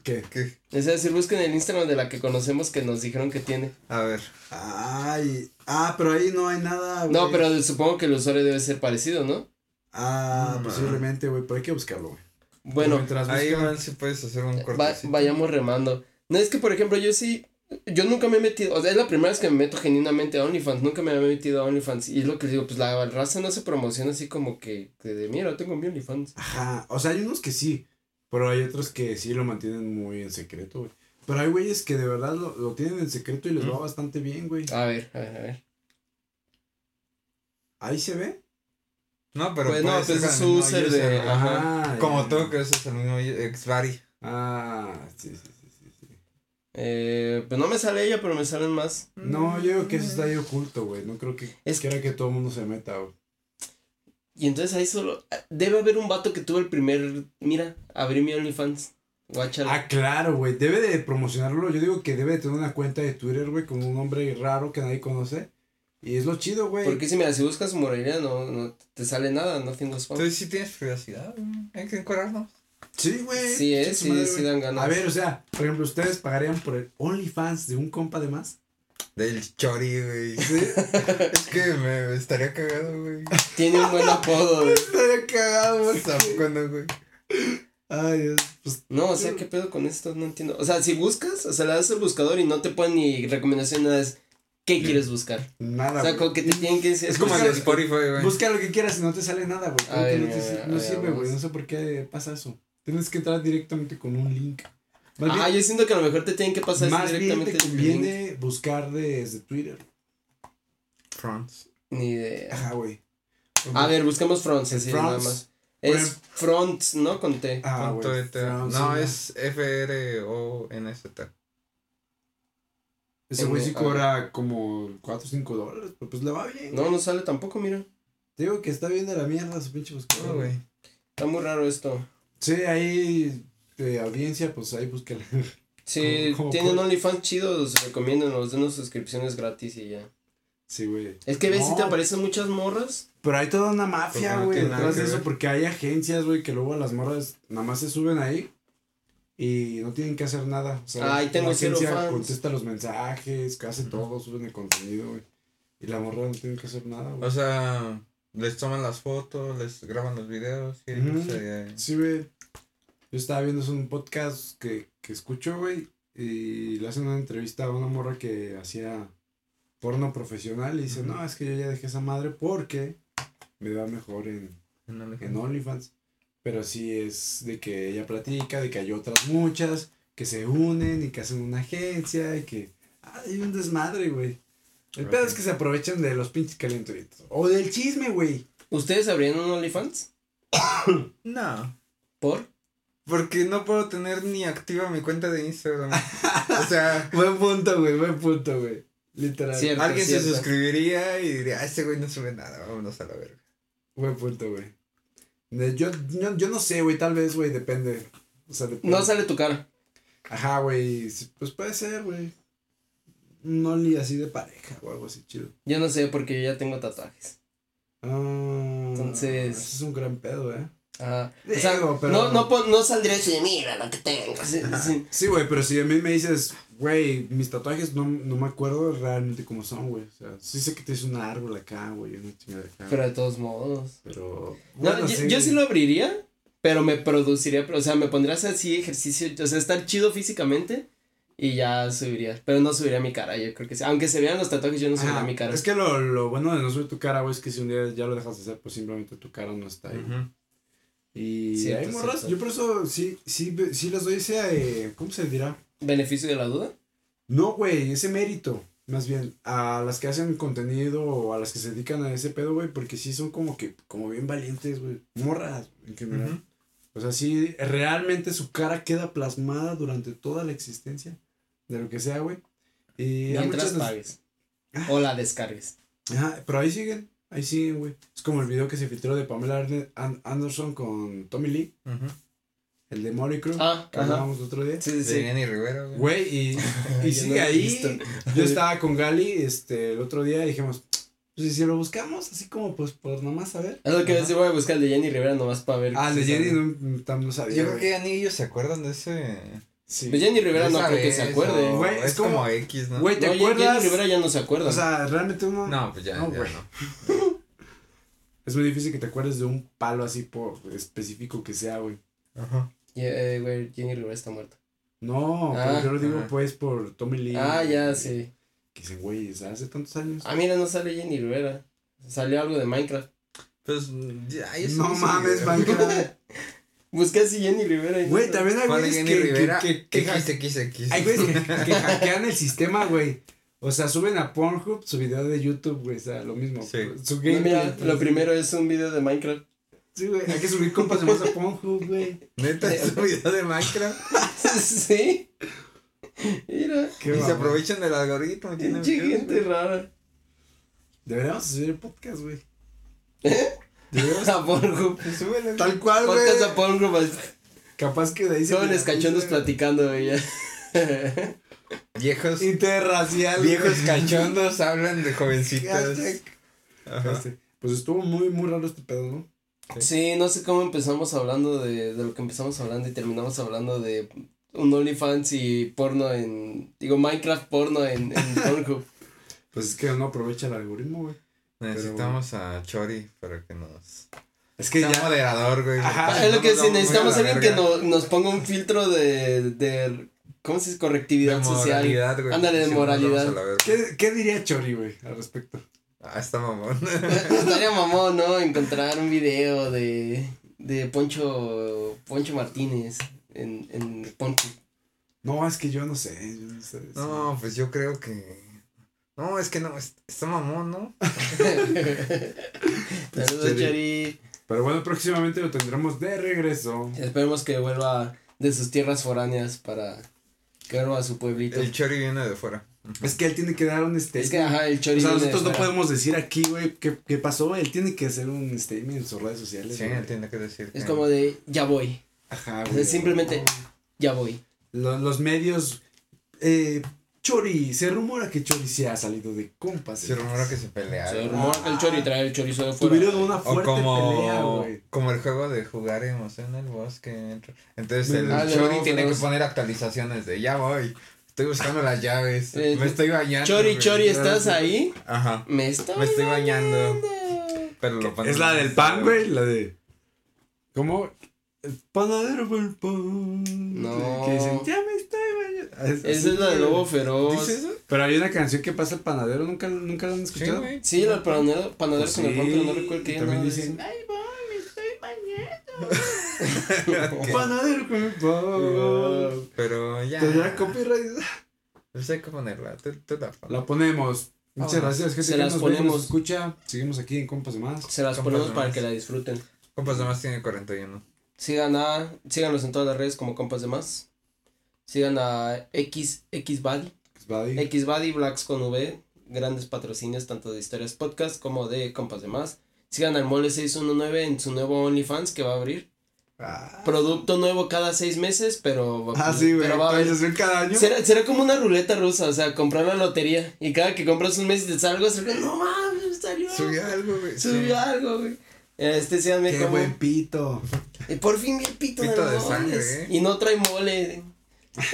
[SPEAKER 1] ¿Qué?
[SPEAKER 2] ¿Qué?
[SPEAKER 3] es decir, busquen el Instagram de la que conocemos que nos dijeron que tiene.
[SPEAKER 2] A ver.
[SPEAKER 1] Ay. Ah, pero ahí no hay nada, güey.
[SPEAKER 3] No, pero supongo que el usuario debe ser parecido, ¿no?
[SPEAKER 1] Ah,
[SPEAKER 2] Mm.
[SPEAKER 1] posiblemente, güey, pero hay que buscarlo, güey.
[SPEAKER 3] Bueno,
[SPEAKER 1] Mientras
[SPEAKER 2] Ahí
[SPEAKER 1] busca-
[SPEAKER 2] van si puedes hacer un
[SPEAKER 3] va-
[SPEAKER 2] cortecito.
[SPEAKER 3] vayamos remando. No, es que, por ejemplo, yo sí, yo nunca me he metido, o sea, es la primera vez que me meto genuinamente a OnlyFans, nunca me había metido a OnlyFans. Y es lo que les digo, pues la raza no se promociona así como que, que de, mira, tengo mi OnlyFans.
[SPEAKER 1] Ajá, o sea, hay unos que sí, pero hay otros que sí lo mantienen muy en secreto, güey. Pero hay güeyes que de verdad lo, lo tienen en secreto y les
[SPEAKER 2] Mm.
[SPEAKER 1] va bastante bien, güey.
[SPEAKER 3] A ver, a ver, a ver.
[SPEAKER 1] Ahí se ve.
[SPEAKER 2] No, pero.
[SPEAKER 3] Pues no,
[SPEAKER 2] puede ser
[SPEAKER 3] pues
[SPEAKER 2] con
[SPEAKER 3] es
[SPEAKER 2] el mismo
[SPEAKER 3] user
[SPEAKER 2] user,
[SPEAKER 3] de-
[SPEAKER 2] güey.
[SPEAKER 3] ajá.
[SPEAKER 1] Ah, ya.
[SPEAKER 2] Como tú, que usas el mismo ex Bari.
[SPEAKER 1] Ah, sí, sí, sí, sí, sí.
[SPEAKER 3] Eh, pues no me sale ella, pero me salen más.
[SPEAKER 1] No, yo digo que eso está ahí oculto, güey. No creo que
[SPEAKER 3] Es-
[SPEAKER 1] quiera que todo el mundo se meta, güey.
[SPEAKER 3] Y entonces ahí solo, debe haber un vato que tuvo el primer, mira, abrí mi OnlyFans. Guáchala.
[SPEAKER 1] Ah, claro, güey. Debe de promocionarlo. Yo digo que debe de tener una cuenta de Twitter, güey, con un nombre raro que nadie conoce. Y es lo chido, güey.
[SPEAKER 3] Porque si mira, si buscas Morelia no, no te sale nada, no tengo spam.
[SPEAKER 2] Entonces sí tienes privacidad. güey. Hay que encuadrarnos.
[SPEAKER 1] Sí, güey.
[SPEAKER 3] Sí, eh,
[SPEAKER 1] Chinga su
[SPEAKER 3] sí,
[SPEAKER 1] madre,
[SPEAKER 3] sí
[SPEAKER 1] güey.
[SPEAKER 3] dan ganas.
[SPEAKER 1] A ver, o sea, por ejemplo, ¿ustedes pagarían por el OnlyFans de un compa de más?
[SPEAKER 2] Del chori, güey. es que me estaría cagado, güey.
[SPEAKER 3] Tiene un buen apodo. güey.
[SPEAKER 2] Estaría cagado, güey. Cuando, güey.
[SPEAKER 1] Ay, Dios, pues,
[SPEAKER 3] No, o sea, ¿qué pedo con esto? No entiendo. O sea, si buscas, o sea, le das al buscador y no te ponen ni recomendaciones. ¿Qué quieres buscar?
[SPEAKER 1] nada,
[SPEAKER 3] O sea,
[SPEAKER 1] Ah, güey.
[SPEAKER 3] como que te tienen que decir.
[SPEAKER 2] Es como el de
[SPEAKER 3] buscar- Ah,
[SPEAKER 2] Spotify, güey.
[SPEAKER 1] Busca lo que quieras y no te sale nada, güey.
[SPEAKER 3] A
[SPEAKER 1] Creo que
[SPEAKER 3] ver,
[SPEAKER 1] no
[SPEAKER 3] a
[SPEAKER 1] te
[SPEAKER 3] ver,
[SPEAKER 1] sir-
[SPEAKER 3] a
[SPEAKER 1] no
[SPEAKER 3] ver,
[SPEAKER 1] sirve,
[SPEAKER 3] vamos.
[SPEAKER 1] güey. No sé por qué pasa eso. Tienes que entrar directamente con un link. Más
[SPEAKER 3] Ah, yo siento que a lo mejor te tienen que pasar
[SPEAKER 1] bien, más bien
[SPEAKER 3] directamente
[SPEAKER 1] te
[SPEAKER 3] el link.
[SPEAKER 1] conviene buscar desde Twitter.
[SPEAKER 2] France.
[SPEAKER 3] Ni de.
[SPEAKER 1] Ajá, güey.
[SPEAKER 3] A ver, buscamos fronts, así nada
[SPEAKER 1] Fronts.
[SPEAKER 3] más.
[SPEAKER 1] Por
[SPEAKER 3] Es fronts, ¿no? Conté.
[SPEAKER 1] Ah,
[SPEAKER 2] Punto
[SPEAKER 1] güey.
[SPEAKER 2] ET.
[SPEAKER 1] Frowns,
[SPEAKER 2] No,
[SPEAKER 1] sí,
[SPEAKER 2] es F-R-O-N-Z.
[SPEAKER 1] Ese güey sí cobra como 4 o 5 dólares, pero pues le va bien.
[SPEAKER 3] No, no sale tampoco, mira.
[SPEAKER 1] Te digo que está bien de la mierda su pinche buscador,
[SPEAKER 2] No, güey.
[SPEAKER 3] Está muy raro esto.
[SPEAKER 1] Sí, ahí de audiencia, pues ahí búsquela.
[SPEAKER 3] Si
[SPEAKER 1] ¿Cómo- cómo
[SPEAKER 3] tienen
[SPEAKER 1] puede?
[SPEAKER 3] OnlyFans chidos, recomiéndanos, denos suscripciones gratis y ya.
[SPEAKER 1] Sí, güey.
[SPEAKER 3] Es que ves si te
[SPEAKER 1] No.
[SPEAKER 3] aparecen muchas morras.
[SPEAKER 1] Pero hay toda una
[SPEAKER 2] Pues
[SPEAKER 1] mafia,
[SPEAKER 2] no
[SPEAKER 1] güey,
[SPEAKER 2] tiene nada
[SPEAKER 1] detrás
[SPEAKER 2] que
[SPEAKER 1] de eso,
[SPEAKER 2] ver.
[SPEAKER 1] porque hay agencias, güey, que luego las morras nada más se suben ahí y no tienen que hacer nada. O sea,
[SPEAKER 3] Ay,
[SPEAKER 1] la
[SPEAKER 3] tengo cero
[SPEAKER 1] agencia
[SPEAKER 3] fans.
[SPEAKER 1] contesta los mensajes, hace
[SPEAKER 2] Ujú.
[SPEAKER 1] todo, suben el contenido, güey. Y la morra no tiene que hacer nada,
[SPEAKER 2] O
[SPEAKER 1] güey.
[SPEAKER 2] sea, les toman las fotos, les graban los videos. Y ellos
[SPEAKER 1] Ujú.
[SPEAKER 2] se-
[SPEAKER 1] Sí, güey. Yo estaba viendo eso en un podcast que, que escucho, güey, y le hacen una entrevista a una morra que hacía porno profesional y dice,
[SPEAKER 2] Ujú.
[SPEAKER 1] no, es que yo ya dejé esa madre porque me va mejor en,
[SPEAKER 2] en el-
[SPEAKER 1] en OnlyFans. Pero sí es de que ella platica, de que hay otras muchas que se unen y que hacen una agencia y que ah, hay un desmadre, güey. El pedo es que se aprovechan de los pinches calenturitos. O del chisme, güey.
[SPEAKER 3] ¿Ustedes abrían un OnlyFans?
[SPEAKER 2] No.
[SPEAKER 3] ¿Por?
[SPEAKER 2] Porque no puedo tener ni activa mi cuenta de Instagram. O sea,
[SPEAKER 1] Buen punto, güey, buen punto, güey. Literal.
[SPEAKER 3] Cierto.
[SPEAKER 2] alguien se
[SPEAKER 3] cierto.
[SPEAKER 2] suscribiría y diría, ah, este güey no sube nada, vámonos a la verga.
[SPEAKER 1] Buen punto, güey. Ne- Yo, yo, yo no sé, güey, tal vez, güey, depende. O sea, depende.
[SPEAKER 3] No sale tu cara.
[SPEAKER 1] Ajá, güey, sí, pues puede ser, güey. No ni así de pareja o algo así chido.
[SPEAKER 3] Yo no sé porque yo ya tengo tatuajes.
[SPEAKER 1] Ah,
[SPEAKER 3] Entonces-
[SPEAKER 1] ese es un gran pedo, ¿eh?
[SPEAKER 3] Ajá. O sea,
[SPEAKER 1] Digo, pero-
[SPEAKER 3] no, no, pon- no saldría así de mira lo que tengo. sí, sí.
[SPEAKER 1] Sí, güey, pero si a mí me dices, güey, mis tatuajes no, no me acuerdo realmente cómo son, güey. O sea, sí sé que te hice un árbol acá, güey, una chingada acá.
[SPEAKER 3] Pero de todos modos.
[SPEAKER 1] pero
[SPEAKER 3] No,
[SPEAKER 1] bueno,
[SPEAKER 3] yo, yo sí lo abriría, pero me produciría, o sea, me pondrías así ejercicio, o sea, estar chido físicamente y ya subiría, pero no subiría mi cara, yo creo que sí. Aunque se vean los tatuajes, yo no subiría
[SPEAKER 1] Ajá,
[SPEAKER 3] mi cara.
[SPEAKER 1] Es que lo, lo bueno de no subir tu cara, güey, es que si un día ya lo dejas de hacer, pues simplemente tu cara no está ahí.
[SPEAKER 2] Ujú.
[SPEAKER 1] Y
[SPEAKER 3] Cierto,
[SPEAKER 1] hay morras,
[SPEAKER 3] cierto.
[SPEAKER 1] yo por eso sí, sí, sí les doy ese, eh, ¿cómo se dirá?
[SPEAKER 3] ¿Beneficio de la duda?
[SPEAKER 1] No, güey, ese mérito, más bien, a las que hacen contenido o a las que se dedican a ese pedo, güey, porque sí son como que, como bien valientes, güey, morras, en general.
[SPEAKER 2] Ujú.
[SPEAKER 1] O sea, sí, realmente su cara queda plasmada durante toda la existencia de lo que sea, güey. Y a
[SPEAKER 3] Mientras
[SPEAKER 1] muchas les-
[SPEAKER 3] pagues.
[SPEAKER 1] Ah.
[SPEAKER 3] O la descargues.
[SPEAKER 1] Ajá, pero ahí siguen, ahí siguen, güey. Es como el video que se filtró de Pamela Arne- An- Anderson con Tommy Lee,
[SPEAKER 2] Ujú.
[SPEAKER 1] el de Molly Crew,
[SPEAKER 3] Ah,
[SPEAKER 1] que
[SPEAKER 3] ajá.
[SPEAKER 1] hablábamos el otro día.
[SPEAKER 3] Sí, sí,
[SPEAKER 2] De
[SPEAKER 3] sí.
[SPEAKER 2] Jenny Rivera, güey.
[SPEAKER 1] Güey, y, y
[SPEAKER 3] Yo no
[SPEAKER 1] sigue
[SPEAKER 3] lo he
[SPEAKER 1] ahí.
[SPEAKER 3] visto.
[SPEAKER 1] Yo estaba con Gali este, el otro día y dijimos, pues si lo buscamos, así como pues por nomás saber.
[SPEAKER 3] Es lo que
[SPEAKER 1] Ajá.
[SPEAKER 3] decía, voy a buscar el de Jenny Rivera nomás para ver.
[SPEAKER 1] Ah, el
[SPEAKER 3] si
[SPEAKER 1] de
[SPEAKER 3] sale.
[SPEAKER 1] Jenny no, tam- no sabía.
[SPEAKER 2] Yo creo
[SPEAKER 1] güey.
[SPEAKER 2] que ya ni ellos se acuerdan de ese.
[SPEAKER 1] Sí.
[SPEAKER 3] De Jenny Rivera no
[SPEAKER 2] esa
[SPEAKER 3] creo que
[SPEAKER 2] vez,
[SPEAKER 3] se acuerde.
[SPEAKER 2] o
[SPEAKER 1] Güey,
[SPEAKER 2] es,
[SPEAKER 1] es
[SPEAKER 2] como,
[SPEAKER 1] como-
[SPEAKER 2] X, ¿no?
[SPEAKER 1] Güey, ¿te
[SPEAKER 3] No, Ye- Jenny
[SPEAKER 1] acuerdas?
[SPEAKER 3] Rivera ya no se acuerda.
[SPEAKER 1] O sea, realmente uno...
[SPEAKER 2] No, pues ya,
[SPEAKER 1] No,
[SPEAKER 2] ya
[SPEAKER 1] güey.
[SPEAKER 2] no.
[SPEAKER 1] Es muy difícil que te acuerdes de un palo así por específico que sea, güey.
[SPEAKER 2] Ajá.
[SPEAKER 3] Y, eh, güey, Jenny Rivera está muerta.
[SPEAKER 1] No,
[SPEAKER 3] Ah,
[SPEAKER 1] pero yo lo digo
[SPEAKER 2] ajá.
[SPEAKER 1] pues por Tommy Lee.
[SPEAKER 3] Ah, ya, sí.
[SPEAKER 1] Que dicen, güey, hace tantos años.
[SPEAKER 3] Ah, mira, no sale Jenny Rivera. Salió algo de Minecraft.
[SPEAKER 2] Pues ya, yo sí
[SPEAKER 1] no
[SPEAKER 2] vi ese
[SPEAKER 1] mames,
[SPEAKER 2] video.
[SPEAKER 1] Minecraft.
[SPEAKER 3] Busqué así Jenny Rivera. y no
[SPEAKER 1] Güey,
[SPEAKER 3] sale.
[SPEAKER 1] también hay
[SPEAKER 2] ¿Cuál de
[SPEAKER 1] güeyes que,
[SPEAKER 2] Jenny
[SPEAKER 1] que,
[SPEAKER 2] Rivera?
[SPEAKER 1] que, que hack-
[SPEAKER 2] XXX.
[SPEAKER 1] hay güeyes que, que hackean el sistema, güey. O sea, suben a Pornhub su video de YouTube, güey. O sea, lo mismo.
[SPEAKER 2] Sí.
[SPEAKER 1] Su
[SPEAKER 3] No,
[SPEAKER 1] game.
[SPEAKER 3] mira, lo primero es un video de Minecraft.
[SPEAKER 1] Sí, güey. Hay que subir compas de más a Pornhub, güey.
[SPEAKER 2] Neta, es un video de Minecraft.
[SPEAKER 3] sí. Mira,
[SPEAKER 1] Qué
[SPEAKER 2] Y se
[SPEAKER 1] mamá.
[SPEAKER 2] aprovechan del algoritmo. tienen
[SPEAKER 3] pinche
[SPEAKER 2] videos,
[SPEAKER 3] gente
[SPEAKER 2] güey.
[SPEAKER 3] rara.
[SPEAKER 1] Deberíamos subir el podcast, güey.
[SPEAKER 3] A Pornhub.
[SPEAKER 2] Pues súbele, güey.
[SPEAKER 1] Tal cual, Ah, güey.
[SPEAKER 3] Podcast a Pornhub.
[SPEAKER 1] Capaz que de ahí
[SPEAKER 3] Jóvenes cachondos platicando, güey. ya.
[SPEAKER 2] Viejos,
[SPEAKER 1] Interracial.
[SPEAKER 2] viejos cachondos hablan de jovencitas.
[SPEAKER 1] Hashtag.
[SPEAKER 2] Ajá.
[SPEAKER 1] Este, Pues estuvo muy, muy raro este pedo, ¿no?
[SPEAKER 3] Sí, no sé cómo empezamos hablando de, de lo que empezamos hablando y terminamos hablando de un OnlyFans y porno en. Digo, Minecraft porno en, en Pornhub.
[SPEAKER 1] Pues es que no aprovecha el algoritmo, güey.
[SPEAKER 2] Necesitamos a Chori para que nos.
[SPEAKER 1] Es que
[SPEAKER 2] Que sea
[SPEAKER 1] ya.
[SPEAKER 2] moderador, güey.
[SPEAKER 1] Ajá.
[SPEAKER 3] Ah, es lo que
[SPEAKER 2] Nos
[SPEAKER 3] si
[SPEAKER 2] vamos muy
[SPEAKER 3] necesitamos
[SPEAKER 2] a la
[SPEAKER 3] alguien que
[SPEAKER 2] verga.
[SPEAKER 3] no- nos ponga un filtro de. de ¿Cómo se dice? Correctividad
[SPEAKER 2] De
[SPEAKER 3] social.
[SPEAKER 2] moralidad, güey.
[SPEAKER 3] Ándale, de
[SPEAKER 2] Sí, nos vamos a la
[SPEAKER 3] moralidad.
[SPEAKER 2] verga.
[SPEAKER 1] ¿Qué, ¿Qué diría Chori, güey, al respecto?
[SPEAKER 2] Ah, está mamón.
[SPEAKER 3] Estaría mamón, ¿no? Encontrar un video de. de Poncho. Poncho Martínez en, en Poncho.
[SPEAKER 1] No, es que yo no sé. Yo no sé sí.
[SPEAKER 2] No, pues yo creo que. No, es que no, es- está mamón, ¿no?
[SPEAKER 3] Saludos, Chori.
[SPEAKER 1] Pero bueno, próximamente lo tendremos de regreso.
[SPEAKER 3] Esperemos que vuelva de sus tierras foráneas para que vuelva a su pueblito.
[SPEAKER 2] El Chori viene de fuera.
[SPEAKER 1] Es que él tiene que dar un
[SPEAKER 3] Es
[SPEAKER 1] statement.
[SPEAKER 3] que, ajá, el Chori.
[SPEAKER 1] o sea,
[SPEAKER 3] viene de
[SPEAKER 1] nosotros no
[SPEAKER 3] fuera.
[SPEAKER 1] podemos decir aquí, güey, qué, qué pasó. Él tiene que hacer un statement en sus redes sociales.
[SPEAKER 2] Sí,
[SPEAKER 1] güey.
[SPEAKER 2] él tiene que decir.
[SPEAKER 3] Es
[SPEAKER 2] que-
[SPEAKER 3] como de. Ya voy.
[SPEAKER 1] Ajá,
[SPEAKER 3] Es
[SPEAKER 1] güey.
[SPEAKER 3] simplemente- Ya voy.
[SPEAKER 1] Lo- los medios. Eh, Chori, se rumora que Chori se ha salido de compas.
[SPEAKER 2] Se rumora que se pelea.
[SPEAKER 3] Se
[SPEAKER 2] ¿no?
[SPEAKER 3] rumora que el Chori trae el chorizo de fuera.
[SPEAKER 1] Tuvieron una
[SPEAKER 2] O
[SPEAKER 1] fuerte
[SPEAKER 2] como,
[SPEAKER 1] pelea, güey.
[SPEAKER 2] como el juego de jugar emoción en el bosque. Entonces el
[SPEAKER 1] Ah,
[SPEAKER 3] le
[SPEAKER 2] Chori
[SPEAKER 3] vamos,
[SPEAKER 2] tiene
[SPEAKER 3] le
[SPEAKER 2] que
[SPEAKER 3] vamos.
[SPEAKER 2] poner actualizaciones de ya voy. Estoy buscando las llaves.
[SPEAKER 3] Eh,
[SPEAKER 2] me estoy bañando.
[SPEAKER 3] Chori,
[SPEAKER 2] güey". Ah,
[SPEAKER 3] Chori, ¿estás ahí?
[SPEAKER 2] Ajá.
[SPEAKER 3] Me estoy.
[SPEAKER 2] Me estoy bañando.
[SPEAKER 3] bañando.
[SPEAKER 2] Pero lo ponen-
[SPEAKER 1] Es la del pan, güey, la de. ¿Cómo? El panadero por el pan.
[SPEAKER 3] No.
[SPEAKER 1] Que dicen, ya me estoy bañando. Ah,
[SPEAKER 3] Esa es la de
[SPEAKER 1] que-
[SPEAKER 3] Lobo Feroz.
[SPEAKER 2] ¿Dice eso?
[SPEAKER 1] Pero hay una canción que pasa el panadero, nunca, nunca la han escuchado.
[SPEAKER 2] güey.
[SPEAKER 3] Sí, la del panadero, panadero
[SPEAKER 1] Pues
[SPEAKER 3] con el pan,
[SPEAKER 1] sí,
[SPEAKER 3] pero no recuerdo que diga
[SPEAKER 1] también
[SPEAKER 3] nada de
[SPEAKER 1] dicen,
[SPEAKER 3] eso.
[SPEAKER 1] ay, voy, me estoy bañando. panadero con el pan.
[SPEAKER 2] Pero ya.
[SPEAKER 1] Te da copyright.
[SPEAKER 2] Pues hay que ponerla. Tú, tú la pones.
[SPEAKER 1] La ponemos. Muchas
[SPEAKER 2] Vámonos.
[SPEAKER 1] gracias, gente.
[SPEAKER 3] Se
[SPEAKER 1] que
[SPEAKER 3] las
[SPEAKER 1] nos ve, nos
[SPEAKER 3] ponemos.
[SPEAKER 1] Escucha, seguimos aquí en Compas de Más.
[SPEAKER 3] Se las
[SPEAKER 2] Compas
[SPEAKER 3] ponemos
[SPEAKER 2] de
[SPEAKER 3] para
[SPEAKER 2] más.
[SPEAKER 3] que la disfruten.
[SPEAKER 2] Compas, nomás pues, tiene 41.
[SPEAKER 3] Sigan a, síganos en todas las redes como compas de más. Sigan a X, Xbuddy,
[SPEAKER 1] Buddy.
[SPEAKER 3] Xbuddy, Blacks con V, grandes patrocinios tanto de Historias Podcast como de compas de más. Sigan al Mole 619 en su nuevo OnlyFans que va a abrir.
[SPEAKER 1] Ah,
[SPEAKER 3] Producto nuevo cada seis meses, pero,
[SPEAKER 1] Ah, sí, güey.
[SPEAKER 3] pero va a haber
[SPEAKER 1] Actualización cada año.
[SPEAKER 3] Será, será como una ruleta rusa, o sea, comprar la lotería. Y cada que compras un mes y te sale algo, sale, no mames, salió.
[SPEAKER 2] Subí algo, güey.
[SPEAKER 3] subió algo, güey. Este síganme
[SPEAKER 1] Qué
[SPEAKER 3] como.
[SPEAKER 1] buen pito.
[SPEAKER 3] Y por fin vi el pito,
[SPEAKER 2] Pito
[SPEAKER 3] de,
[SPEAKER 2] de
[SPEAKER 3] los
[SPEAKER 2] sangre,
[SPEAKER 3] goles.
[SPEAKER 2] eh.
[SPEAKER 3] Y no trae mole.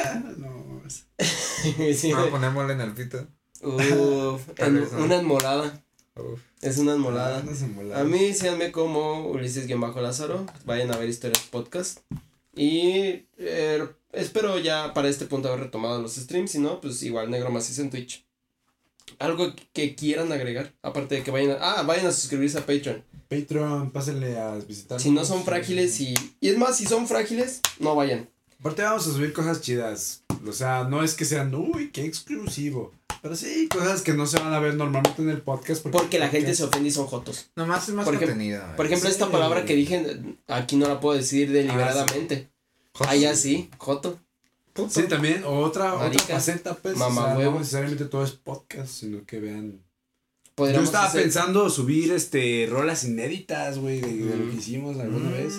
[SPEAKER 1] Ah, no, es-
[SPEAKER 3] Sí,
[SPEAKER 2] Vamos a
[SPEAKER 3] güey.
[SPEAKER 2] poner mole en el pito.
[SPEAKER 3] Uf,
[SPEAKER 2] pues, Tal
[SPEAKER 3] en-
[SPEAKER 2] vez no. Ah,
[SPEAKER 3] una enmolada.
[SPEAKER 2] Uf.
[SPEAKER 3] Es una enmolada.
[SPEAKER 1] Andas enmolado.
[SPEAKER 3] A mí síganme como Ulises-Lázaro. Vayan a ver historias podcast. Y eh, espero ya para este punto haber retomado los streams. Si no, pues igual negro macizo en Twitch. Algo que- que quieran agregar. Aparte de que vayan a, ah, vayan a suscribirse a Patreon.
[SPEAKER 1] Patreon, pásenle a visitar.
[SPEAKER 3] Si no son frágiles y. Y es más, si son frágiles, no vayan.
[SPEAKER 1] Aparte vamos a subir cosas chidas. O sea, no es que sean, uy, qué exclusivo. Pero sí, cosas que no se van a ver normalmente en el podcast.
[SPEAKER 3] Porque la gente se
[SPEAKER 1] se
[SPEAKER 3] ofende y son jotos.
[SPEAKER 2] Nomás es más
[SPEAKER 3] Por ejem-
[SPEAKER 2] contenido. güey.
[SPEAKER 3] Por ejemplo,
[SPEAKER 1] Sí.
[SPEAKER 3] esta palabra que dije eh, aquí no la puedo decir deliberadamente.
[SPEAKER 1] Ah,
[SPEAKER 3] Allá sí, joto.
[SPEAKER 2] Puto.
[SPEAKER 1] Sí, también. o Otra, otra
[SPEAKER 3] Marica.
[SPEAKER 1] faceta, pues.
[SPEAKER 3] Mamá
[SPEAKER 1] o sea,
[SPEAKER 3] huevo.
[SPEAKER 1] No necesariamente todo es podcast, sino que vean. Yo
[SPEAKER 3] Podríamos
[SPEAKER 1] estaba
[SPEAKER 3] hacer
[SPEAKER 1] pensando subir este rolas inéditas, güey, de, de lo que hicimos alguna
[SPEAKER 2] Mm,
[SPEAKER 1] vez.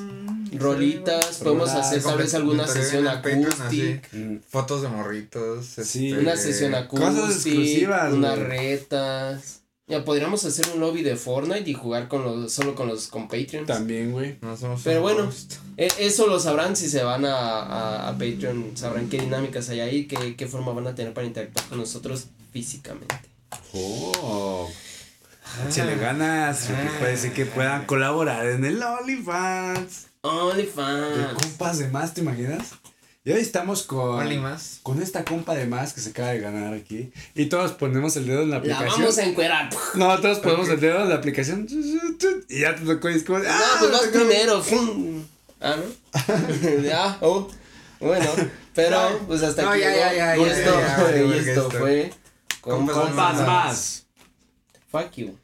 [SPEAKER 2] sí,
[SPEAKER 3] rolitas,
[SPEAKER 1] Sí,
[SPEAKER 3] podemos
[SPEAKER 1] rolas,
[SPEAKER 3] hacer tal vez
[SPEAKER 2] complementar
[SPEAKER 3] alguna sesión
[SPEAKER 2] en el Patreon, así.
[SPEAKER 3] acústica.
[SPEAKER 1] Mm.
[SPEAKER 2] Fotos de morritos. este,
[SPEAKER 1] Sí.
[SPEAKER 3] Una sesión acústica.
[SPEAKER 1] Cosas exclusivas,
[SPEAKER 3] Unas
[SPEAKER 1] güey.
[SPEAKER 3] retas. Ya podríamos hacer un lobby de Fortnite y jugar con los, solo con los con Patreons.
[SPEAKER 1] También, güey.
[SPEAKER 2] No somos
[SPEAKER 3] Pero
[SPEAKER 2] un
[SPEAKER 3] bueno.
[SPEAKER 2] host.
[SPEAKER 3] E- Eso lo sabrán si se van a, a, a Patreon, sabrán qué dinámicas hay ahí, qué, qué forma van a tener para interactuar con nosotros físicamente.
[SPEAKER 1] Oh.
[SPEAKER 3] Ah.
[SPEAKER 1] Si le ganas,
[SPEAKER 2] Ah.
[SPEAKER 1] puede ser que puedan colaborar en el OnlyFans. De
[SPEAKER 3] OnlyFans.
[SPEAKER 1] compas de más, ¿te imaginas? Y hoy estamos con.
[SPEAKER 2] Only más.
[SPEAKER 1] Con esta compa de más que se acaba de ganar aquí. Y todos ponemos el dedo en la
[SPEAKER 3] La
[SPEAKER 1] aplicación.
[SPEAKER 3] vamos a encuerar.
[SPEAKER 1] No, todos ponemos el dedo en la aplicación. Y ya te tocó. Y es como.
[SPEAKER 3] No,
[SPEAKER 1] ¡ah!
[SPEAKER 3] pues vas
[SPEAKER 1] Me tocó.
[SPEAKER 3] primero. fum. Ah, ¿no? ah, oh. Bueno, pero
[SPEAKER 1] No,
[SPEAKER 3] pues hasta
[SPEAKER 2] no,
[SPEAKER 3] aquí.
[SPEAKER 2] ya,
[SPEAKER 3] llegó.
[SPEAKER 2] ya, ya,
[SPEAKER 3] y
[SPEAKER 2] ya,
[SPEAKER 3] esto,
[SPEAKER 2] ya, ya,
[SPEAKER 3] y
[SPEAKER 2] güey,
[SPEAKER 3] esto
[SPEAKER 2] esto.
[SPEAKER 3] fue.
[SPEAKER 2] Compas
[SPEAKER 1] Compas más.
[SPEAKER 3] Fuck you.